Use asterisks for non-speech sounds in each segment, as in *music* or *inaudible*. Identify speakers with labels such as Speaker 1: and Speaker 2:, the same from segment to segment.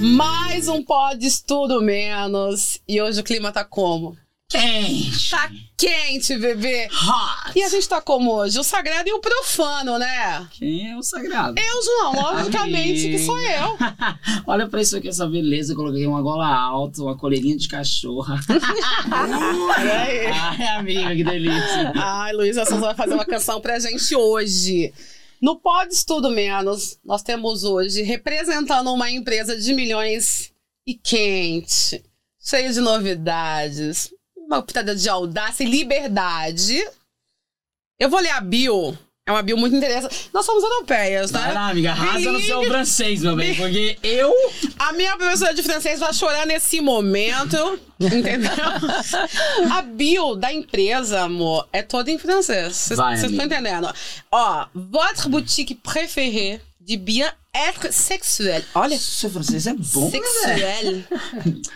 Speaker 1: Mais um Podes Tudo Menos. E hoje o clima tá como?
Speaker 2: Quente.
Speaker 1: Tá quente, bebê.
Speaker 2: Hot.
Speaker 1: E a gente tá como hoje? O sagrado e o profano, né?
Speaker 2: Quem é o sagrado? *laughs*
Speaker 1: Eu, João, logicamente que sou eu.
Speaker 2: Olha pra isso aqui, essa beleza. Eu coloquei uma gola alta, uma coleirinha
Speaker 1: *laughs*
Speaker 2: de cachorra.
Speaker 1: Olha aí.
Speaker 2: Ai, amiga, que delícia.
Speaker 1: Ai, Luísa Souza vai fazer uma canção pra gente hoje. No Podes Tudo Menos, nós temos hoje representando uma empresa de milhões e quente, cheia de novidades, uma pitada de audácia e liberdade. Eu vou ler a bio. É uma bio muito interessante. Nós somos europeias,
Speaker 2: Vai
Speaker 1: tá?
Speaker 2: lá, amiga, arrasa no seu francês, meu bem, porque eu...
Speaker 1: A minha professora de francês vai chorar nesse momento,
Speaker 2: *laughs*
Speaker 1: entendeu? A bio da empresa, amor, é toda em francês. Vocês
Speaker 2: Vai,
Speaker 1: vocês estão
Speaker 2: amiga.
Speaker 1: entendendo? Ó, votre boutique préférée de bien être sexuel. Olha,
Speaker 2: Seu francês é bom, né?
Speaker 1: sexuel.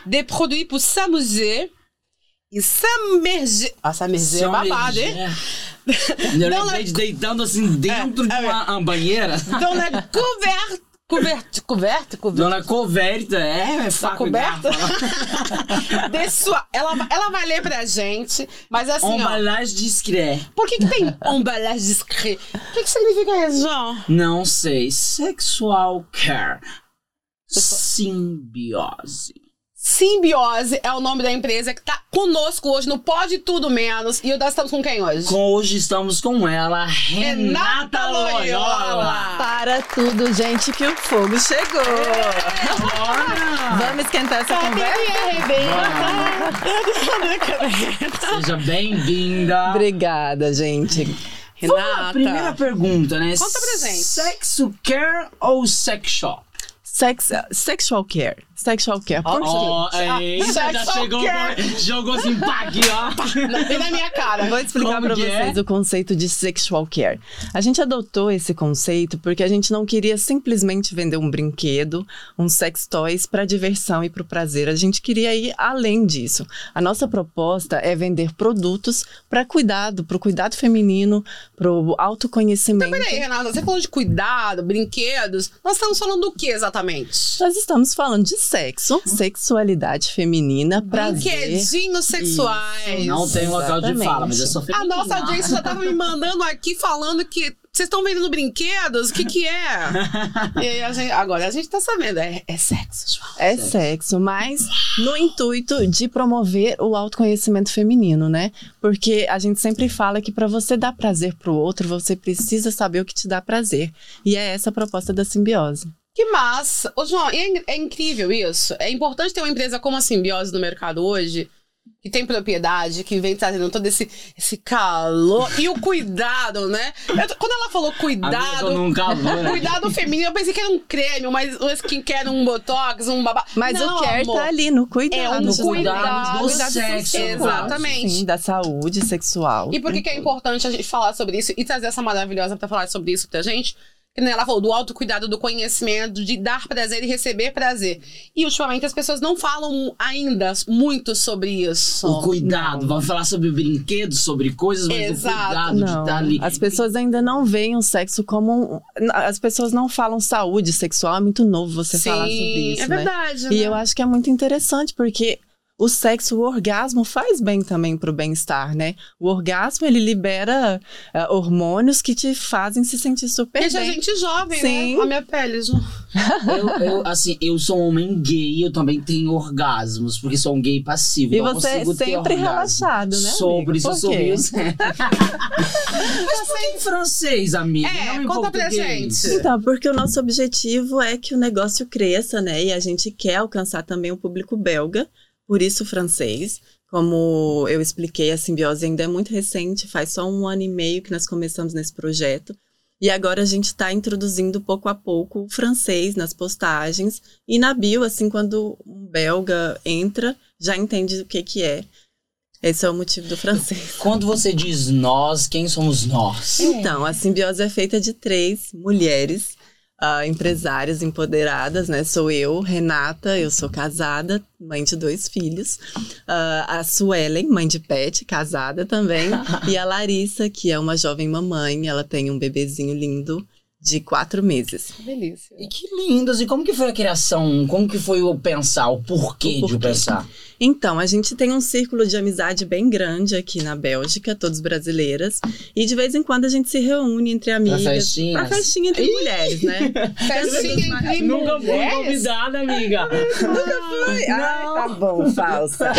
Speaker 1: Des produits pour s'amuser e s'immerger. Ah, s'immerger é
Speaker 2: Seu
Speaker 1: babado, hein? *laughs*
Speaker 2: energia. Eu
Speaker 1: Não,
Speaker 2: lembrei de deitando assim dentro
Speaker 1: É,
Speaker 2: de
Speaker 1: é.
Speaker 2: uma uma banheira.
Speaker 1: *laughs* Dona couverte, couverte, couverte, couverte.
Speaker 2: Dona Coverta, é, é
Speaker 1: Tá
Speaker 2: faca e
Speaker 1: coberta?
Speaker 2: garfo.
Speaker 1: *laughs* De sua- Ela, ela vai ler pra gente, mas assim, ó.
Speaker 2: Embalagem discret.
Speaker 1: Por que, que tem embalagem discret? O que, que significa isso, João?
Speaker 2: Não sei. Sexual care. Simbiose.
Speaker 1: Simbiose é o nome da empresa que tá conosco hoje no Pode Tudo Menos. E nós estamos com quem hoje?
Speaker 2: Com- Hoje estamos com ela,
Speaker 1: Renata
Speaker 2: Renata
Speaker 1: Loyola.
Speaker 2: Loyola.
Speaker 3: Para tudo, gente, que *laughs* o fogo chegou! É.
Speaker 2: Bora!
Speaker 3: Vamos esquentar essa conversa?
Speaker 2: Seja bem-vinda.
Speaker 3: Obrigada, gente.
Speaker 2: Vamos lá, primeira
Speaker 1: Renata.
Speaker 2: pergunta, né?
Speaker 1: Conta pra gente.
Speaker 2: Sexo care ou sex shop?
Speaker 3: Sex, sexual care. Sexual care. Por quê?
Speaker 2: Ó, eita, já
Speaker 1: sexual
Speaker 2: chegou,
Speaker 1: Ah, care.
Speaker 2: jogou assim, pá, aqui,
Speaker 1: *laughs*
Speaker 2: ó.
Speaker 1: Vem na minha cara.
Speaker 3: Vou explicar
Speaker 2: Como
Speaker 3: para
Speaker 2: que é?
Speaker 3: vocês o conceito de sexual care. A gente adotou esse conceito porque a gente não queria simplesmente vender um brinquedo, um sex toys para diversão e para o prazer. A gente queria ir além disso. A nossa proposta é vender produtos para cuidado, para o cuidado feminino, para o autoconhecimento.
Speaker 1: Peraí, Renata, você falou de cuidado, brinquedos. Nós estamos falando do que exatamente?
Speaker 3: Nós estamos falando de sexo,
Speaker 1: Uhum.
Speaker 3: sexualidade feminina, prazer.
Speaker 1: Brinquedinhos sexuais.
Speaker 2: Não tem local de
Speaker 3: Exatamente.
Speaker 2: fala, mas é só
Speaker 1: É A nossa
Speaker 2: feminina.
Speaker 1: audiência já tava me mandando aqui falando que vocês estão vendendo brinquedos? O que que
Speaker 2: *laughs*
Speaker 1: é? E aí a gente- agora a gente tá sabendo, é, é sexo, João.
Speaker 3: É sexo, mas no intuito de promover o autoconhecimento feminino, né? Porque a gente sempre fala que para você dar prazer pro outro, você precisa saber o que te dá prazer. E é essa a proposta da simbiose.
Speaker 1: Que massa! Ô, João, é, in- é incrível isso. É importante ter uma empresa como a Simbiose no mercado hoje, que tem propriedade, que vem trazendo todo esse, esse calor e o cuidado, né? Eu tô- quando ela falou
Speaker 2: Amiga, eu né? tô
Speaker 1: cuidado.
Speaker 2: num calor. aqui.
Speaker 1: Cuidado feminino, eu pensei que era um creme, mas um skincare, um botox, um babá.
Speaker 3: Mas
Speaker 1: Não,
Speaker 3: o care
Speaker 1: amor.
Speaker 3: tá ali no cuidado.
Speaker 1: É um
Speaker 3: no
Speaker 1: cuidado
Speaker 2: do
Speaker 1: cuidado
Speaker 2: sexo.
Speaker 1: sexual. Exatamente.
Speaker 3: Sim, da saúde sexual.
Speaker 1: E por que, que é importante a gente falar sobre isso e trazer essa maravilhosa pra falar sobre isso pra gente? Que nem ela falou do autocuidado, do conhecimento, de dar prazer e receber prazer. E ultimamente as pessoas não falam ainda muito sobre isso.
Speaker 2: O cuidado, vamos falar sobre brinquedos, sobre coisas, mas
Speaker 1: Exato.
Speaker 2: o cuidado de
Speaker 3: Não,
Speaker 1: tá
Speaker 2: estar ali.
Speaker 3: as pessoas ainda não veem o sexo como um, as pessoas não falam saúde sexual, é muito novo você falar sobre isso,
Speaker 1: é
Speaker 3: né?
Speaker 1: verdade.
Speaker 3: E
Speaker 1: né?
Speaker 3: eu acho que é muito interessante, porque o sexo, o orgasmo faz bem também pro bem-estar, né? O orgasmo, ele libera ah, hormônios que te fazem se sentir super
Speaker 1: Deixa a
Speaker 3: é bem.
Speaker 1: gente jovem,
Speaker 3: Sim.
Speaker 1: né? A minha pele, Ju.
Speaker 2: Eu, eu, assim, eu sou um homem gay, eu também tenho orgasmos, porque sou um gay passivo.
Speaker 3: E
Speaker 2: não
Speaker 3: você é
Speaker 2: consigo ter
Speaker 3: sempre
Speaker 2: orgasmo.
Speaker 3: relaxado, né,
Speaker 2: Sou,
Speaker 3: amigo?
Speaker 2: por isso eu
Speaker 3: Por
Speaker 2: sou
Speaker 3: quê?
Speaker 2: meio
Speaker 3: *laughs*
Speaker 2: Mas por que em francês, amiga?
Speaker 1: É,
Speaker 2: não em
Speaker 1: conta pra
Speaker 2: português?
Speaker 1: gente.
Speaker 3: Então, porque o nosso objetivo é que o negócio cresça, né? E a gente quer alcançar também o público belga, por isso o francês. Como eu expliquei, a simbiose ainda é muito recente, faz só um ano e meio que nós começamos nesse projeto. E agora a gente está introduzindo pouco a pouco o francês nas postagens e na bio, assim, quando um belga entra, já entende o que, que é. Esse é o motivo do francês.
Speaker 2: Quando você diz nós, quem somos nós?
Speaker 3: Então, a simbiose é feita de três mulheres ah, empresárias empoderadas, né? Sou eu, Renata, eu sou casada, mãe de dois filhos. Ah, a Suelen, mãe de pet, casada também. e a Larissa, que é uma jovem mamãe, ela tem um bebezinho lindo de quatro meses.
Speaker 1: Delícia.
Speaker 2: E que lindos! E como que foi a criação? Como que foi o pensar? O porquê,
Speaker 3: O
Speaker 2: de
Speaker 3: porquê.
Speaker 2: pensar?
Speaker 3: Então, a gente tem um círculo de amizade bem grande aqui na Bélgica, todos brasileiras. E de vez em quando a gente se reúne entre amigas.
Speaker 2: festinhas?
Speaker 3: Pra festinha entre mulheres, né?
Speaker 1: Festinha entre mulheres? *laughs*
Speaker 2: amiga.
Speaker 3: Ai, tá bom, falsa.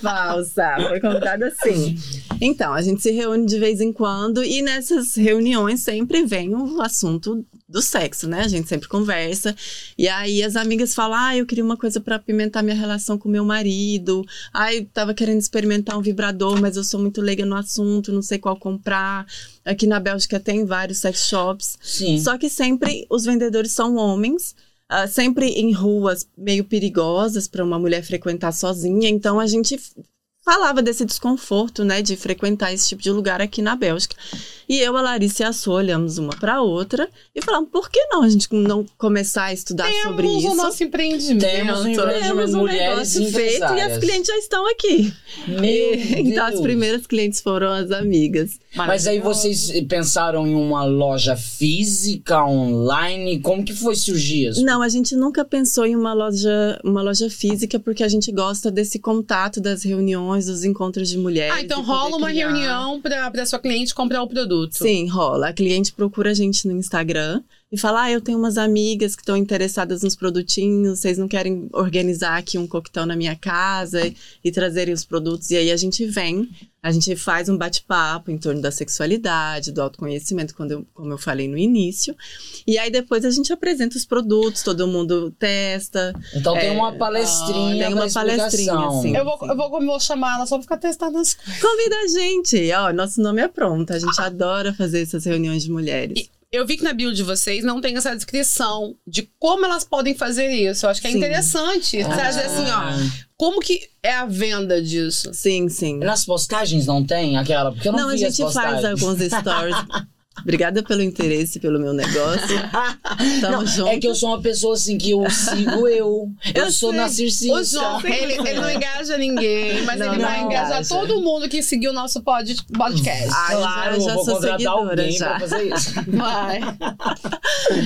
Speaker 3: falsa. Foi convidada assim. Então, a gente se reúne de vez em quando e nessas reuniões sempre vem o assunto do sexo, né? A gente sempre conversa. E aí as amigas falam: "Ah, eu queria uma coisa pra apimentar minha relação com meu marido. Ah, eu tava querendo experimentar um vibrador, mas eu sou muito leiga no assunto, não sei qual comprar. Aqui na Bélgica tem vários sex shops.
Speaker 2: Ah, Sim.
Speaker 3: Só que sempre os vendedores são homens, ah, sempre em ruas meio perigosas para uma mulher frequentar sozinha. Então a gente f- falava desse desconforto, né, de frequentar esse tipo de lugar aqui na Bélgica. E eu, a Larissa e a Sô olhamos uma para outra e falamos: por que não a gente não começar a estudar sobre
Speaker 2: um
Speaker 1: Temos
Speaker 3: isso?
Speaker 1: o nosso empreendimento.
Speaker 2: Temos um empreendimento.
Speaker 3: Temos um
Speaker 2: Mulheres
Speaker 3: negócio feito e
Speaker 2: empresárias.
Speaker 3: as clientes já estão aqui.
Speaker 2: Meu
Speaker 3: *laughs* então, as
Speaker 2: Deus.
Speaker 3: primeiras clientes foram as amigas.
Speaker 2: Mas aí vocês pensaram em uma loja física, online? Como que foi surgir isso?
Speaker 3: Não, a gente nunca pensou em uma loja, uma loja física, porque a gente gosta desse contato das reuniões, dos encontros de mulheres.
Speaker 1: Ah, então
Speaker 3: É, de poder
Speaker 1: rola uma
Speaker 3: criar.
Speaker 1: reunião pra, pra sua cliente comprar o produto.
Speaker 3: Sim, rola. A cliente procura a gente no Instagram e fala: Ah, eu tenho umas amigas que estão interessadas nos produtinhos, vocês não querem organizar aqui um coquetel na minha casa e, e trazerem os produtos? E aí a gente vem, a gente faz um bate-papo em torno da sexualidade, do autoconhecimento, quando eu- como eu falei no início. E aí depois a gente apresenta os produtos, todo mundo testa.
Speaker 2: Então tem
Speaker 3: É,
Speaker 2: uma palestrinha.
Speaker 3: ah, tem
Speaker 2: pra
Speaker 3: uma
Speaker 2: explicação.
Speaker 3: palestrinha, assim. sim.
Speaker 1: Eu vou, eu vou, vou chamar ela só pra ficar testando as coisas.
Speaker 3: Convida a gente. Ó, nosso nome é pronto. A gente adora fazer essas reuniões de mulheres.
Speaker 1: E- Eu vi que na bio de vocês não tem essa descrição de como elas podem fazer isso. Eu acho que é
Speaker 3: Sim. Ah.
Speaker 1: interessante. Você
Speaker 2: Ah.
Speaker 1: acha assim, ó, como que é a venda disso?
Speaker 3: Sim, sim.
Speaker 2: Nas postagens não tem aquela? Porque eu não,
Speaker 3: Não, a
Speaker 2: vi as
Speaker 3: gente faz
Speaker 2: postagens.
Speaker 3: alguns stories.
Speaker 2: *laughs*
Speaker 3: Obrigada pelo interesse, pelo meu negócio. Tamo junto.
Speaker 2: É que eu sou uma pessoa assim que eu sigo
Speaker 3: *laughs*
Speaker 2: eu. Eu,
Speaker 3: Eu assim.
Speaker 2: sou
Speaker 3: sei.
Speaker 1: O
Speaker 2: narcisista.
Speaker 1: João, ele, ele não engaja ninguém, mas
Speaker 3: Não,
Speaker 1: ele vai
Speaker 2: não
Speaker 1: engajar
Speaker 2: engaja.
Speaker 1: todo mundo que seguiu o nosso pod, podcast.
Speaker 3: *laughs* Ah,
Speaker 2: É,
Speaker 3: eu
Speaker 2: claro,
Speaker 3: já- já
Speaker 2: vou
Speaker 3: sou
Speaker 2: contratar
Speaker 3: seguidora,
Speaker 2: alguém
Speaker 3: já.
Speaker 2: pra fazer
Speaker 3: *laughs*
Speaker 2: isso.
Speaker 1: Vai.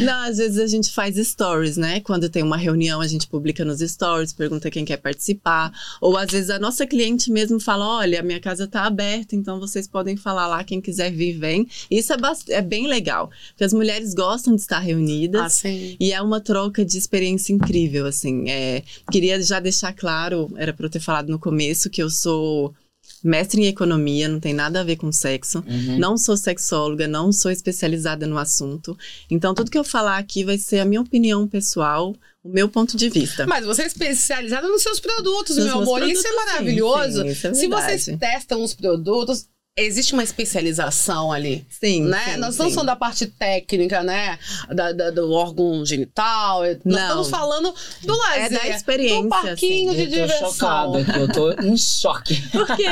Speaker 3: Não, às vezes a gente faz stories, né? Quando tem uma reunião, a gente publica nos stories, pergunta quem quer participar. Ou às vezes a nossa cliente mesmo fala: olha, a minha casa tá aberta, então vocês podem falar lá, quem quiser vir, vem. Isso é, bas- é bem legal, porque as mulheres gostam de estar reunidas.
Speaker 1: Assim.
Speaker 3: E é uma troca de experiência incrível, assim. É, queria já deixar claro, era para eu ter falado no começo, que eu sou mestre em economia, não tem nada a ver com sexo.
Speaker 2: Uhum.
Speaker 3: Não sou sexóloga, não sou especializada no assunto. Então, tudo que eu falar aqui vai ser a minha opinião pessoal, o meu ponto de vista.
Speaker 1: Mas você é especializada nos seus produtos,
Speaker 3: Nos
Speaker 1: meu
Speaker 3: meus
Speaker 1: amor. e
Speaker 3: produtos,
Speaker 1: isso é
Speaker 3: sim,
Speaker 1: maravilhoso.
Speaker 3: sim, isso é
Speaker 1: Se
Speaker 3: verdade.
Speaker 1: vocês testam os produtos, existe uma especialização ali.
Speaker 3: Sim,
Speaker 1: né?
Speaker 3: sim,
Speaker 1: nós não
Speaker 3: sim.
Speaker 1: somos da parte técnica, né? Da, da- do órgão genital. é, Nós
Speaker 3: Não.
Speaker 1: estamos falando do
Speaker 3: É
Speaker 1: lazer.
Speaker 3: da experiência.
Speaker 1: do um parquinho
Speaker 2: Eu
Speaker 1: de
Speaker 2: tô chocada
Speaker 1: diversão.
Speaker 2: aqui, eu tô em choque.
Speaker 3: assim. Por quê?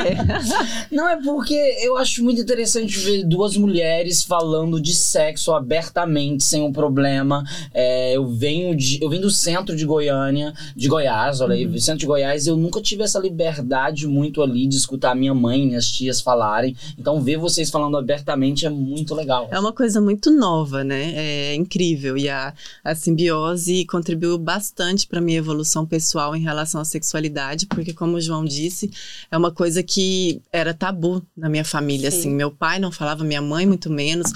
Speaker 3: *laughs*
Speaker 2: Não, é porque eu acho muito interessante ver duas mulheres falando de sexo abertamente, sem um problema. É, eu, venho de, eu venho do centro de Goiânia, de Goiás, olha aí, do centro de Goiás. Eu nunca tive essa liberdade muito ali de escutar minha mãe, minhas tias falarem. Então, ver vocês falando abertamente é muito legal.
Speaker 3: É uma coisa muito nova, né? É incrível. E a, a simbiose contribuiu bastante para minha evolução pessoal em relação à sexualidade, porque, como o João disse, é uma coisa que era tabu na minha família.
Speaker 1: Sim.
Speaker 3: Assim, meu pai não falava, minha mãe muito menos.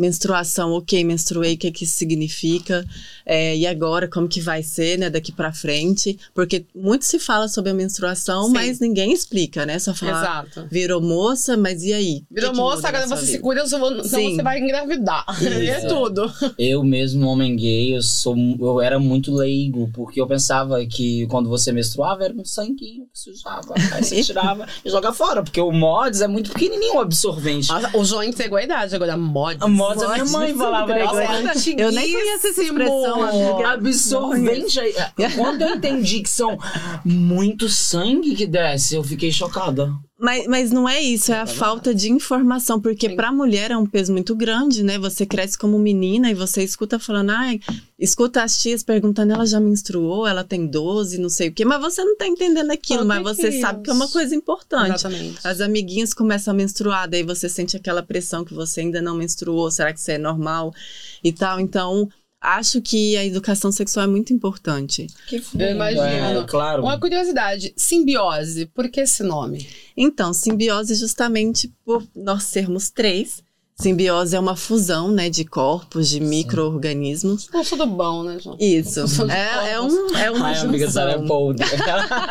Speaker 3: Menstruação, ok, menstruei, o que, que isso significa? É, e agora, como que vai ser, né, daqui para frente? Porque muito se fala sobre a menstruação,
Speaker 1: Sim.
Speaker 3: mas ninguém explica, né? Só fala,
Speaker 1: Exato.
Speaker 3: virou moça, mas e aí? O
Speaker 1: Virou
Speaker 3: que que muda
Speaker 1: moça, agora
Speaker 3: na sua
Speaker 1: você
Speaker 3: vida?
Speaker 1: se cuida, senão
Speaker 3: Sim.
Speaker 1: você vai engravidar. *laughs* É
Speaker 2: Isso.
Speaker 1: tudo.
Speaker 2: Eu mesmo, um homem gay, eu, sou, eu era muito leigo, porque eu pensava que quando você menstruava era um sanguinho que sujava.
Speaker 1: *laughs*
Speaker 2: Aí você tirava e jogava fora, porque o mods é muito pequenininho o absorvente.
Speaker 1: Nossa, o João entregou a idade agora, mods.
Speaker 2: A mods, a minha mãe falava
Speaker 1: Nossa,
Speaker 2: negócio.
Speaker 1: tá
Speaker 3: Eu nem conheço essa
Speaker 1: chiquíssimo.
Speaker 3: expressão, amiga.
Speaker 2: Absorvente. é, Quando eu entendi que são muito sangue que desce, eu fiquei chocada.
Speaker 3: Mas, mas não é isso, é a falta de informação, porque
Speaker 1: Sim.
Speaker 3: pra mulher é um peso muito grande, né? Você cresce como menina e você escuta falando, ai, escuta as tias perguntando, ela já menstruou, ela tem 12, não sei o quê, mas você não tá entendendo aquilo,
Speaker 1: Fala,
Speaker 3: mas
Speaker 1: "Meu
Speaker 3: você
Speaker 1: Deus."
Speaker 3: sabe que tá- é uma coisa importante.
Speaker 1: Exatamente.
Speaker 3: As amiguinhas começam a menstruar, daí você sente aquela pressão que você ainda não menstruou, será que isso é normal e tal. Então, acho que a educação sexual é muito importante.
Speaker 2: Que
Speaker 1: Eu imagino.
Speaker 2: É, claro.
Speaker 1: Uma curiosidade, simbiose, por que esse nome?
Speaker 3: Então, simbiose justamente por nós sermos três. Simbiose é uma fusão, né, de corpos, de micro-organismos.
Speaker 1: Um tudo bom, né, João?
Speaker 3: Isso.
Speaker 1: Fusão de
Speaker 3: É, é
Speaker 1: corpos.
Speaker 3: um, é uma
Speaker 2: Ai, amiga,
Speaker 3: junção.
Speaker 2: Sarah é bold. *laughs*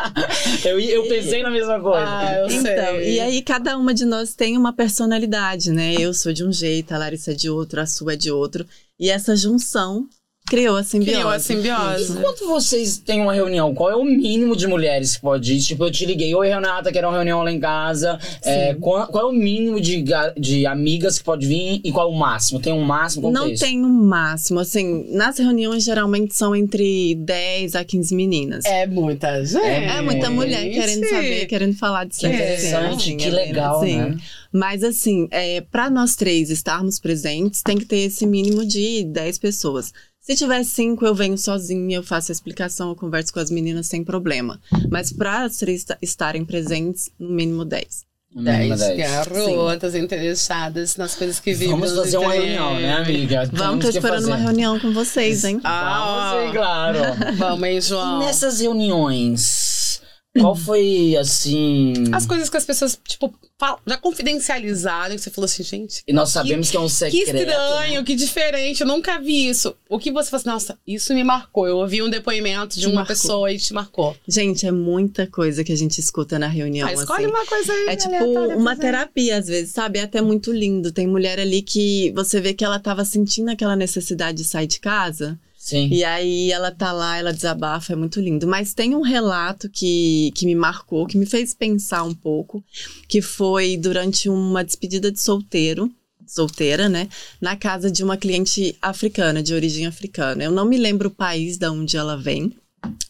Speaker 2: eu, eu pensei na mesma coisa.
Speaker 1: Ah, eu
Speaker 3: Então,
Speaker 1: sei.
Speaker 3: e aí cada uma de nós tem uma personalidade, né? Eu sou de um jeito, a Larissa é de outro, a sua é de outro. E essa junção criou a simbiose.
Speaker 1: Criou a simbiose.
Speaker 2: Enquanto vocês têm uma reunião, qual é o mínimo de mulheres que pode ir? Tipo, eu te liguei, oi Renata, quero uma reunião lá em casa. É, qual, qual é o mínimo de, ga- de amigas que pode vir e qual é o máximo? Tem um máximo? Qual que
Speaker 3: Não
Speaker 2: é isso?
Speaker 3: tem um máximo, assim, nas reuniões geralmente são entre 10 a 15 meninas.
Speaker 1: É muita gente.
Speaker 3: É muita mulher
Speaker 1: Gente.
Speaker 3: querendo saber, querendo falar de
Speaker 2: Que
Speaker 3: sexo.
Speaker 2: interessante,
Speaker 3: assim,
Speaker 2: que
Speaker 3: é,
Speaker 2: legal,
Speaker 3: sim.
Speaker 2: né?
Speaker 3: Mas assim, é, para nós três estarmos presentes, tem que ter esse mínimo de 10 pessoas. Se tiver cinco, eu venho sozinha, eu faço a explicação, eu converso com as meninas sem problema. Mas para as três esta- estarem presentes, no mínimo 10.
Speaker 2: Mínimo
Speaker 1: É Dez
Speaker 2: dez.
Speaker 1: garotas interessadas nas coisas que vivem.
Speaker 2: Vamos
Speaker 1: nos
Speaker 2: fazer
Speaker 3: um
Speaker 2: uma
Speaker 1: internet.
Speaker 2: reunião, né, amiga?
Speaker 3: Vamos,
Speaker 2: Temos
Speaker 3: tô
Speaker 2: que
Speaker 3: esperando
Speaker 2: fazer.
Speaker 3: uma reunião com vocês, hein?
Speaker 1: Ah,
Speaker 2: Vamos, sim, claro.
Speaker 1: Vamos, hein,
Speaker 2: E
Speaker 1: João?
Speaker 2: Nessas reuniões, qual foi assim.
Speaker 1: As coisas que as pessoas, tipo, falam- já confidencializaram, que você falou assim, gente,
Speaker 2: E nós sabemos que, é um
Speaker 1: que
Speaker 2: segredo. né?
Speaker 1: estranho, que diferente, eu nunca vi isso. O que você fala assim, nossa, isso me marcou. Eu ouvi um depoimento de
Speaker 3: Te
Speaker 1: uma
Speaker 3: marcou.
Speaker 1: pessoa e te marcou.
Speaker 3: Gente, é muita coisa que a gente escuta na reunião.
Speaker 1: Ah, escolhe
Speaker 3: assim.
Speaker 1: uma coisa aí.
Speaker 3: É tipo
Speaker 1: aleatória
Speaker 3: uma
Speaker 1: pra fazer.
Speaker 3: terapia, às vezes, sabe? É até muito lindo. Tem mulher ali que você vê que ela tava sentindo aquela necessidade de sair de casa.
Speaker 2: Sim.
Speaker 3: E aí ela tá lá, ela desabafa, é muito lindo. Mas tem um relato que, que me marcou, que me fez pensar um pouco, que foi durante uma despedida de solteiro. Solteira, né? Na casa de uma cliente africana, de origem africana. Eu não me lembro o país da onde ela vem,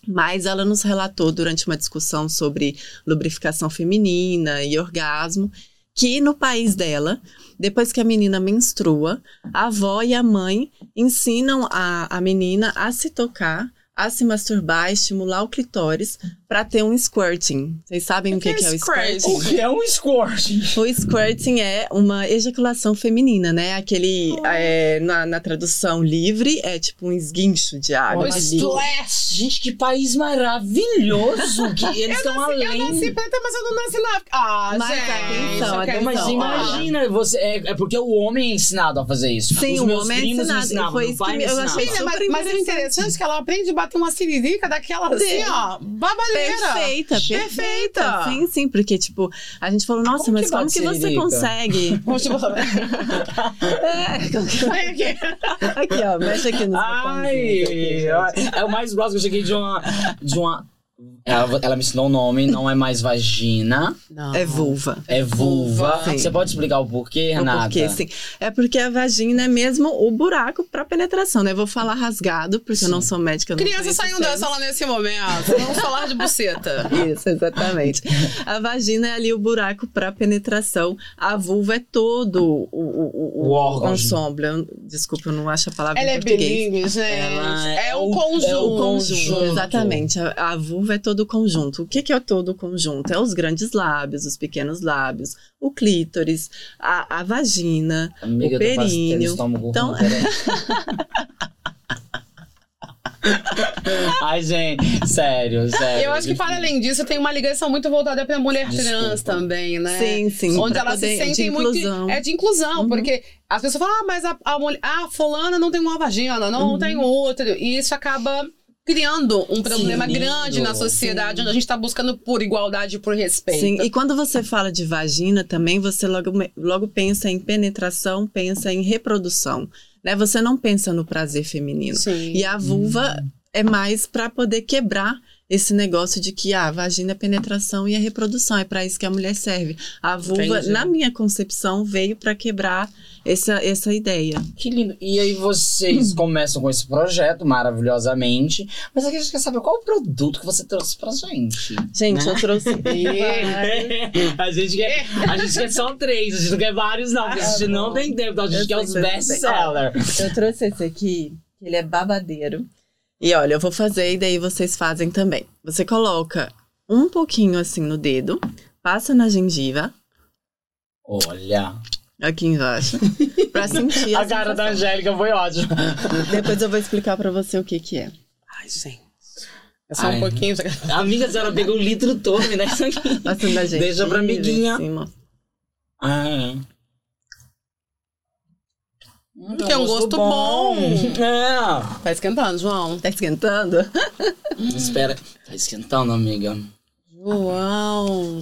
Speaker 3: mas ela nos relatou durante uma discussão sobre lubrificação feminina e orgasmo que no país dela, depois que a menina menstrua, a avó e a mãe ensinam a, a menina a se tocar, a se masturbar, a estimular o clitóris para ter um squirting. Vocês sabem o que, que é o squirting?
Speaker 2: O que é um squash?
Speaker 3: O squirting é uma ejaculação feminina, né? Aquele, é, na, na tradução livre, é tipo um esguincho de água.
Speaker 1: O
Speaker 2: Olha,
Speaker 3: assim.
Speaker 1: splash.
Speaker 2: Gente, que país maravilhoso!
Speaker 3: *laughs*
Speaker 2: Que eles estão
Speaker 1: Eu
Speaker 2: além.
Speaker 1: nasci Ah, preta, mas eu não nasci na África. Ah,
Speaker 3: Mas então, é
Speaker 1: gente.
Speaker 3: atenção,
Speaker 1: eu quero então,
Speaker 3: atenção.
Speaker 2: Então, é Mas
Speaker 1: falar.
Speaker 2: imagina, você, é, é porque o homem é ensinado a fazer isso.
Speaker 3: Sim,
Speaker 2: Os
Speaker 3: o
Speaker 2: meus
Speaker 3: homem é
Speaker 2: primos me
Speaker 3: ensinado,
Speaker 2: ensinavam,
Speaker 3: foi
Speaker 2: meu
Speaker 3: isso
Speaker 2: pai
Speaker 3: que
Speaker 2: me
Speaker 3: eu
Speaker 2: ensinava.
Speaker 3: achei
Speaker 1: Menina, mas,
Speaker 3: Super
Speaker 1: mas é interessante que ela aprende a bater uma siririca daquela assim,
Speaker 3: Sim.
Speaker 1: ó, babaleira.
Speaker 3: Perfeita,
Speaker 1: Perfeita.
Speaker 3: perfeita. Sim, sim, porque tipo, a gente falou, nossa,
Speaker 2: Como
Speaker 3: mas
Speaker 2: que
Speaker 3: como
Speaker 2: bate
Speaker 3: que você
Speaker 2: siririca? *laughs*
Speaker 3: consegue? É,
Speaker 1: Vamos te *laughs* botar. Vem aqui.
Speaker 3: aqui, ó, mexe aqui nos botõezinhos aqui,
Speaker 2: Ai,
Speaker 3: gente.
Speaker 2: é o mais próximo que eu cheguei de uma. De uma ela, ela me ensinou o nome, não é mais vagina,
Speaker 1: Não.
Speaker 3: É vulva.
Speaker 2: é vulva.
Speaker 3: Sim.
Speaker 2: Você pode explicar o porquê,
Speaker 3: O
Speaker 2: Renata?
Speaker 3: porquê, sim. É porque a vagina é mesmo o buraco pra penetração, né? Eu vou falar rasgado, porque eu não sou médica. eu não
Speaker 1: Crianças
Speaker 3: conheço
Speaker 1: saiam
Speaker 3: termos.
Speaker 1: dessa lá nesse momento. Vamos falar de buceta.
Speaker 3: é Isso, exatamente. A vagina é ali o buraco para penetração. A vulva é todo o, o, o,
Speaker 2: O órgão.
Speaker 3: ensemble. Eu- Desculpa, eu não acho a palavra
Speaker 1: Ela
Speaker 3: em
Speaker 1: é
Speaker 3: português.
Speaker 1: bilíngue, gente.
Speaker 2: Ela
Speaker 1: É,
Speaker 2: é
Speaker 1: o
Speaker 2: o-
Speaker 1: conjunto.
Speaker 2: é o conjunto.
Speaker 3: Exatamente, a, a vulva é todo o conjunto. O que, que é todo o conjunto? É os grandes lábios, os pequenos lábios, o clítoris, a, a vagina.
Speaker 2: Amiga,
Speaker 3: O
Speaker 2: eu tô quase tendo
Speaker 3: períneo.
Speaker 2: estômago ruim,
Speaker 1: *laughs*
Speaker 3: Então-
Speaker 2: peraí. Ai, gente, sério, sério.
Speaker 1: Eu acho que, para além disso, tem uma ligação muito voltada pra mulher trans
Speaker 2: Desculpa.
Speaker 1: também, né?
Speaker 3: Sim, sim.
Speaker 1: Onde
Speaker 3: pra
Speaker 1: elas se
Speaker 3: poder-
Speaker 1: sentem
Speaker 3: de
Speaker 1: muito.
Speaker 3: inclusão.
Speaker 1: É de inclusão,
Speaker 3: Uhum.
Speaker 1: porque as pessoas falam, ah, mas a, a mulher. Ah, fulana não tem uma vagina, não
Speaker 3: Uhum.
Speaker 1: tem outro. E isso acaba criando um problema
Speaker 2: lindo.
Speaker 1: grande na sociedade, onde a gente tá buscando por igualdade e por respeito.
Speaker 3: Sim, e quando você fala de vagina também, você logo, logo pensa em penetração, pensa em reprodução, né? Você não pensa no prazer feminino.
Speaker 1: Sim.
Speaker 3: E a vulva é mais para poder quebrar esse negócio de que ah, a vagina é penetração e a reprodução, é para isso que a mulher serve. A vulva,
Speaker 1: Entendi.
Speaker 3: na minha concepção, veio para quebrar essa, essa ideia.
Speaker 2: Que lindo. E aí
Speaker 1: Hum.
Speaker 2: vocês começam com esse projeto maravilhosamente. Mas aqui a gente quer saber qual o produto que você trouxe
Speaker 1: *laughs*
Speaker 2: pra gente.
Speaker 3: Gente, eu *laughs* trouxe.
Speaker 2: a, gente quer, a gente quer só três, a gente não quer vários, não, porque a gente
Speaker 1: Ah,
Speaker 2: não tem tempo, então a gente
Speaker 3: Eu
Speaker 2: quer
Speaker 3: sei,
Speaker 2: os
Speaker 3: eu sei.
Speaker 2: best seller.
Speaker 1: É.
Speaker 3: Eu trouxe esse aqui, que ele é babadeiro. E olha, eu vou fazer e daí vocês fazem também. Você coloca um pouquinho assim no dedo, passa na gengiva,
Speaker 2: Olha. *laughs*
Speaker 3: aqui embaixo, pra sentir
Speaker 2: A cara da Angélica foi ótima.
Speaker 3: sensação. Depois eu vou explicar pra você o que que é.
Speaker 1: Ai, gente.
Speaker 3: *laughs*
Speaker 1: É só
Speaker 2: Ai.
Speaker 1: um pouquinho.
Speaker 2: Amiga, a senhora pegou o litro todo,
Speaker 1: *laughs*
Speaker 2: né? Isso aqui.
Speaker 3: Passa na gengiva.
Speaker 2: Deixa pra amiguinha.
Speaker 3: em cima.
Speaker 2: Ah.
Speaker 3: Hum,
Speaker 2: Hum,
Speaker 3: tá
Speaker 1: Tem um gosto bom.
Speaker 2: É.
Speaker 1: Tá esquentando, João.
Speaker 3: Tá esquentando?
Speaker 2: Espera. Tá esquentando, amiga.
Speaker 1: João.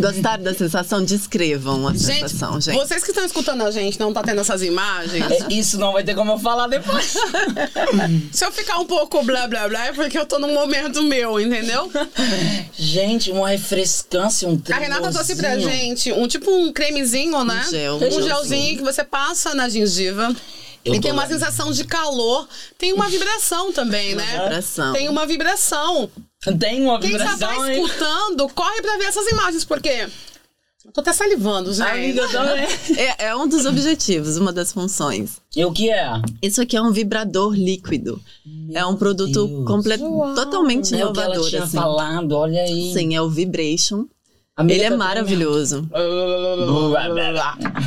Speaker 3: Gostaram da sensação? Descrevam a
Speaker 1: Gente,
Speaker 3: sensação, gente.
Speaker 1: Vocês que estão escutando a gente não tá tendo essas imagens?
Speaker 3: Tá
Speaker 2: É, Isso não vai ter como eu falar
Speaker 3: *laughs*
Speaker 2: depois.
Speaker 1: Se eu ficar um pouco blá blá blá, é porque eu tô num momento meu, entendeu?
Speaker 2: Gente, uma refrescância, um
Speaker 1: A
Speaker 2: trem.
Speaker 1: Renata trouxe pra gente um tipo um cremezinho, né?
Speaker 3: gel.
Speaker 1: Um
Speaker 2: Gelzinho.
Speaker 1: gelzinho que você passa na gengiva.
Speaker 2: Eu
Speaker 1: e
Speaker 2: tô
Speaker 1: tem uma
Speaker 2: lendo.
Speaker 1: sensação de calor. Tem uma vibração também, né?
Speaker 3: vibração.
Speaker 2: um
Speaker 1: Tem uma vibração.
Speaker 2: Tem uma
Speaker 1: Quem já
Speaker 2: vibração,
Speaker 1: tá
Speaker 2: hein?
Speaker 1: escutando, corre pra ver essas imagens, porque. Eu tô até salivando, gente.
Speaker 2: Amiga, tá também.
Speaker 3: É, é um dos objetivos, uma das funções.
Speaker 2: E o que é?
Speaker 3: Isso aqui é um vibrador líquido. é um produto
Speaker 2: Deus.
Speaker 3: comple-
Speaker 1: Uau.
Speaker 3: totalmente
Speaker 2: É o que ela
Speaker 3: inovador.
Speaker 2: tinha
Speaker 3: assim.
Speaker 2: falado, olha aí.
Speaker 3: Sim, é o Vibration.
Speaker 2: Amiga,
Speaker 3: Ele é
Speaker 2: tá-
Speaker 3: maravilhoso.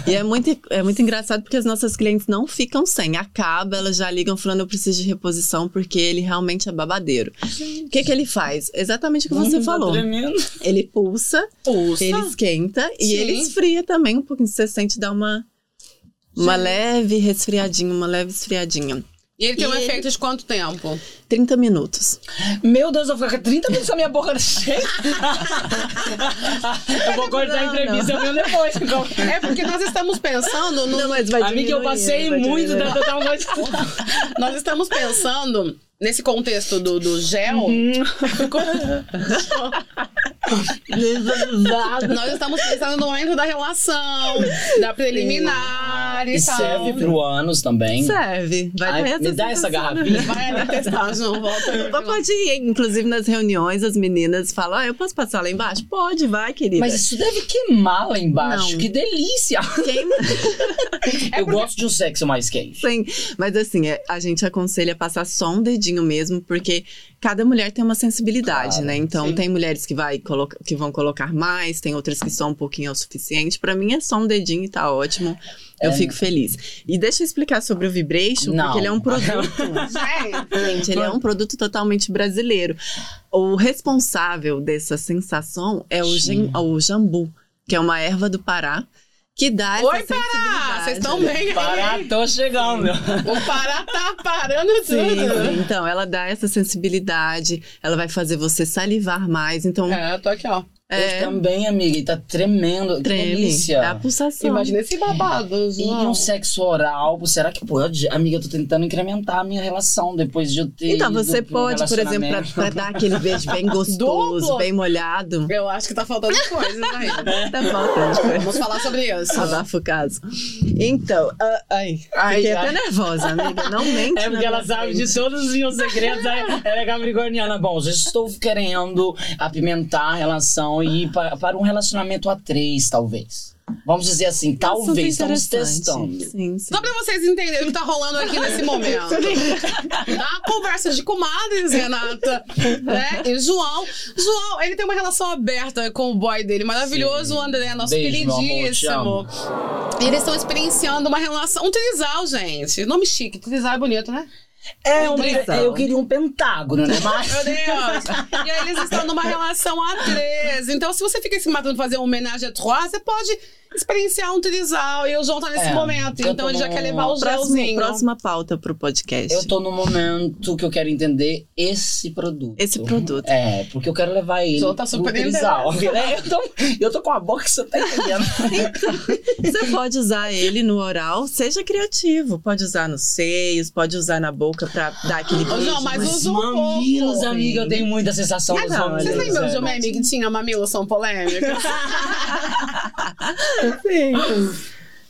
Speaker 3: E é muito, é muito engraçado porque as nossas clientes não ficam sem. Acaba, elas já ligam falando, eu preciso de reposição, porque ele realmente é babadeiro. O que, que ele faz? Exatamente o que você
Speaker 2: Hum, tá
Speaker 3: falou.
Speaker 2: tremendo.
Speaker 3: Ele pulsa,
Speaker 1: Pulsa.
Speaker 3: ele esquenta e
Speaker 1: Sim.
Speaker 3: ele esfria também um pouquinho. Você sente dar uma, uma
Speaker 1: Sim.
Speaker 3: leve resfriadinha, uma leve esfriadinha.
Speaker 1: E ele tem um
Speaker 3: E ele-
Speaker 1: efeito de quanto tempo?
Speaker 3: 30 minutos.
Speaker 2: Meu Deus, eu vou ficar 30 minutos com a minha boca *laughs*
Speaker 3: *laughs*
Speaker 2: cheia. eu vou cortar a
Speaker 3: Não,
Speaker 2: entrevista eu venho depois. Então.
Speaker 1: É porque nós estamos pensando no,
Speaker 3: mas
Speaker 2: Amiga, eu passei muito da total
Speaker 1: *laughs*
Speaker 2: voz.
Speaker 1: Nós estamos pensando nesse contexto do, do gel. Nós estamos pensando no momento da relação, da preliminar e,
Speaker 2: E
Speaker 1: tal.
Speaker 2: serve pro ânus também.
Speaker 3: Serve. Vai
Speaker 2: Ai,
Speaker 3: ter
Speaker 2: me dá essa
Speaker 3: sensação, né?
Speaker 2: garrafinha.
Speaker 1: Vai ali testar, João, volta aí.
Speaker 3: Mas pode ir, inclusive nas reuniões, as meninas falam: ah, eu posso passar lá embaixo? Pode, vai, querida.
Speaker 2: Mas isso deve queimar lá embaixo.
Speaker 3: Não. É
Speaker 2: Que delícia!
Speaker 3: Queima *laughs*
Speaker 2: eu gosto de um sexo mais quente.
Speaker 3: sem. Mas assim, é- a gente aconselha passar só um dedinho mesmo, porque cada mulher tem uma sensibilidade,
Speaker 2: Claro,
Speaker 3: né? Então
Speaker 1: sim.
Speaker 3: tem mulheres que, vai coloca- que vão colocar mais, tem outras que só um pouquinho é o suficiente. Pra mim é só um dedinho e tá ótimo. Eu
Speaker 2: É.
Speaker 3: fico feliz. E deixa eu explicar sobre o Vibration,
Speaker 2: Não. *laughs*
Speaker 3: porque ele é um produto. Gente, ele é um produto totalmente brasileiro. O responsável dessa sensação é o, gen- o jambu, que é uma erva do Pará, que dá essa
Speaker 1: Oi, Ah,
Speaker 3: sensibilidade.
Speaker 1: vocês estão bem aí?
Speaker 2: Pará,
Speaker 3: *laughs*
Speaker 2: tô chegando.
Speaker 1: O Pará tá parando tudo.
Speaker 3: Sim, sim. Então, ela dá essa sensibilidade, ela vai fazer você salivar mais. Então,
Speaker 1: É, eu tô aqui, ó.
Speaker 3: é,
Speaker 2: Eu também, amiga. E tá tremendo. Que
Speaker 3: treme,
Speaker 2: delícia.
Speaker 3: é a pulsação.
Speaker 1: Imagina esse babado,
Speaker 2: E
Speaker 1: João.
Speaker 2: um sexo oral, será que pode? Amiga, eu tô tentando incrementar a minha relação depois de eu ter.
Speaker 3: Então,
Speaker 2: ido
Speaker 3: você
Speaker 2: pra um
Speaker 3: pode, por exemplo, pra,
Speaker 2: relacionamento.
Speaker 3: pra dar aquele beijo bem gostoso,
Speaker 1: *laughs* Duplo.
Speaker 3: bem molhado.
Speaker 1: Eu acho que tá faltando coisas aí.
Speaker 3: Tá faltando coisa.
Speaker 1: Vamos falar sobre isso.
Speaker 3: Abafa o caso. Então, ah, ai,
Speaker 2: Ai,
Speaker 3: fiquei
Speaker 2: já.
Speaker 3: até nervosa, amiga. Não mente.
Speaker 2: É
Speaker 3: na
Speaker 2: porque
Speaker 3: minha
Speaker 2: ela sabe
Speaker 3: frente.
Speaker 2: de todos os meus segredos. aí Ela é capricorniana. Bom, já estou querendo apimentar a relação e ir pa- para um relacionamento a três, talvez. Vamos dizer assim,
Speaker 3: Assunto
Speaker 2: talvez estamos
Speaker 3: interessante.
Speaker 2: testando.
Speaker 3: Sim, sim.
Speaker 1: Só pra vocês entenderem o que tá rolando aqui nesse momento. Tá? Conversa de comadres, Renata. Né? E João. João, ele tem uma relação aberta com o boy dele. Maravilhoso,
Speaker 2: Sim.
Speaker 1: o André, é nosso
Speaker 2: Beijo, meu amor, te
Speaker 1: queridíssimo.
Speaker 2: amo.
Speaker 1: E eles estão experienciando uma relação. Um trisal, gente. Nome chique. Trisal é bonito, né?
Speaker 2: É, um,
Speaker 3: Trisal.
Speaker 2: eu queria um pentágono, né? Mas.
Speaker 1: Meu Deus! E aí eles estão numa relação a três. Então, se você fica se matando pra fazer uma homenagem a um trois, você pode experienciar um trisal. E o João tá nesse
Speaker 2: É,
Speaker 1: momento.
Speaker 2: eu tô
Speaker 1: Então ele já
Speaker 2: no
Speaker 1: quer levar o
Speaker 3: Próximo,
Speaker 1: gelzinho.
Speaker 3: próxima pauta pro podcast.
Speaker 2: Eu tô no momento que eu quero entender esse produto. *laughs*
Speaker 3: Esse produto.
Speaker 2: É, porque eu quero levar ele.
Speaker 1: João tá super
Speaker 2: pro trisal, *laughs* né? Eu tô, eu tô com a boca que você tá entendendo.
Speaker 3: Você pode usar ele no oral, seja criativo. Pode usar nos seios, pode usar na boca pra dar aquele
Speaker 1: Ô, João,
Speaker 3: beijo.
Speaker 1: mas
Speaker 2: Mas
Speaker 1: usa um
Speaker 2: mamilos,
Speaker 1: pouco.
Speaker 2: amiga, eu tenho muita sensação
Speaker 3: Ah,
Speaker 2: dos
Speaker 3: não,
Speaker 2: mamilos.
Speaker 1: Vocês lembram de
Speaker 2: é.
Speaker 1: uma amiga que tinha mamilos são polêmicas?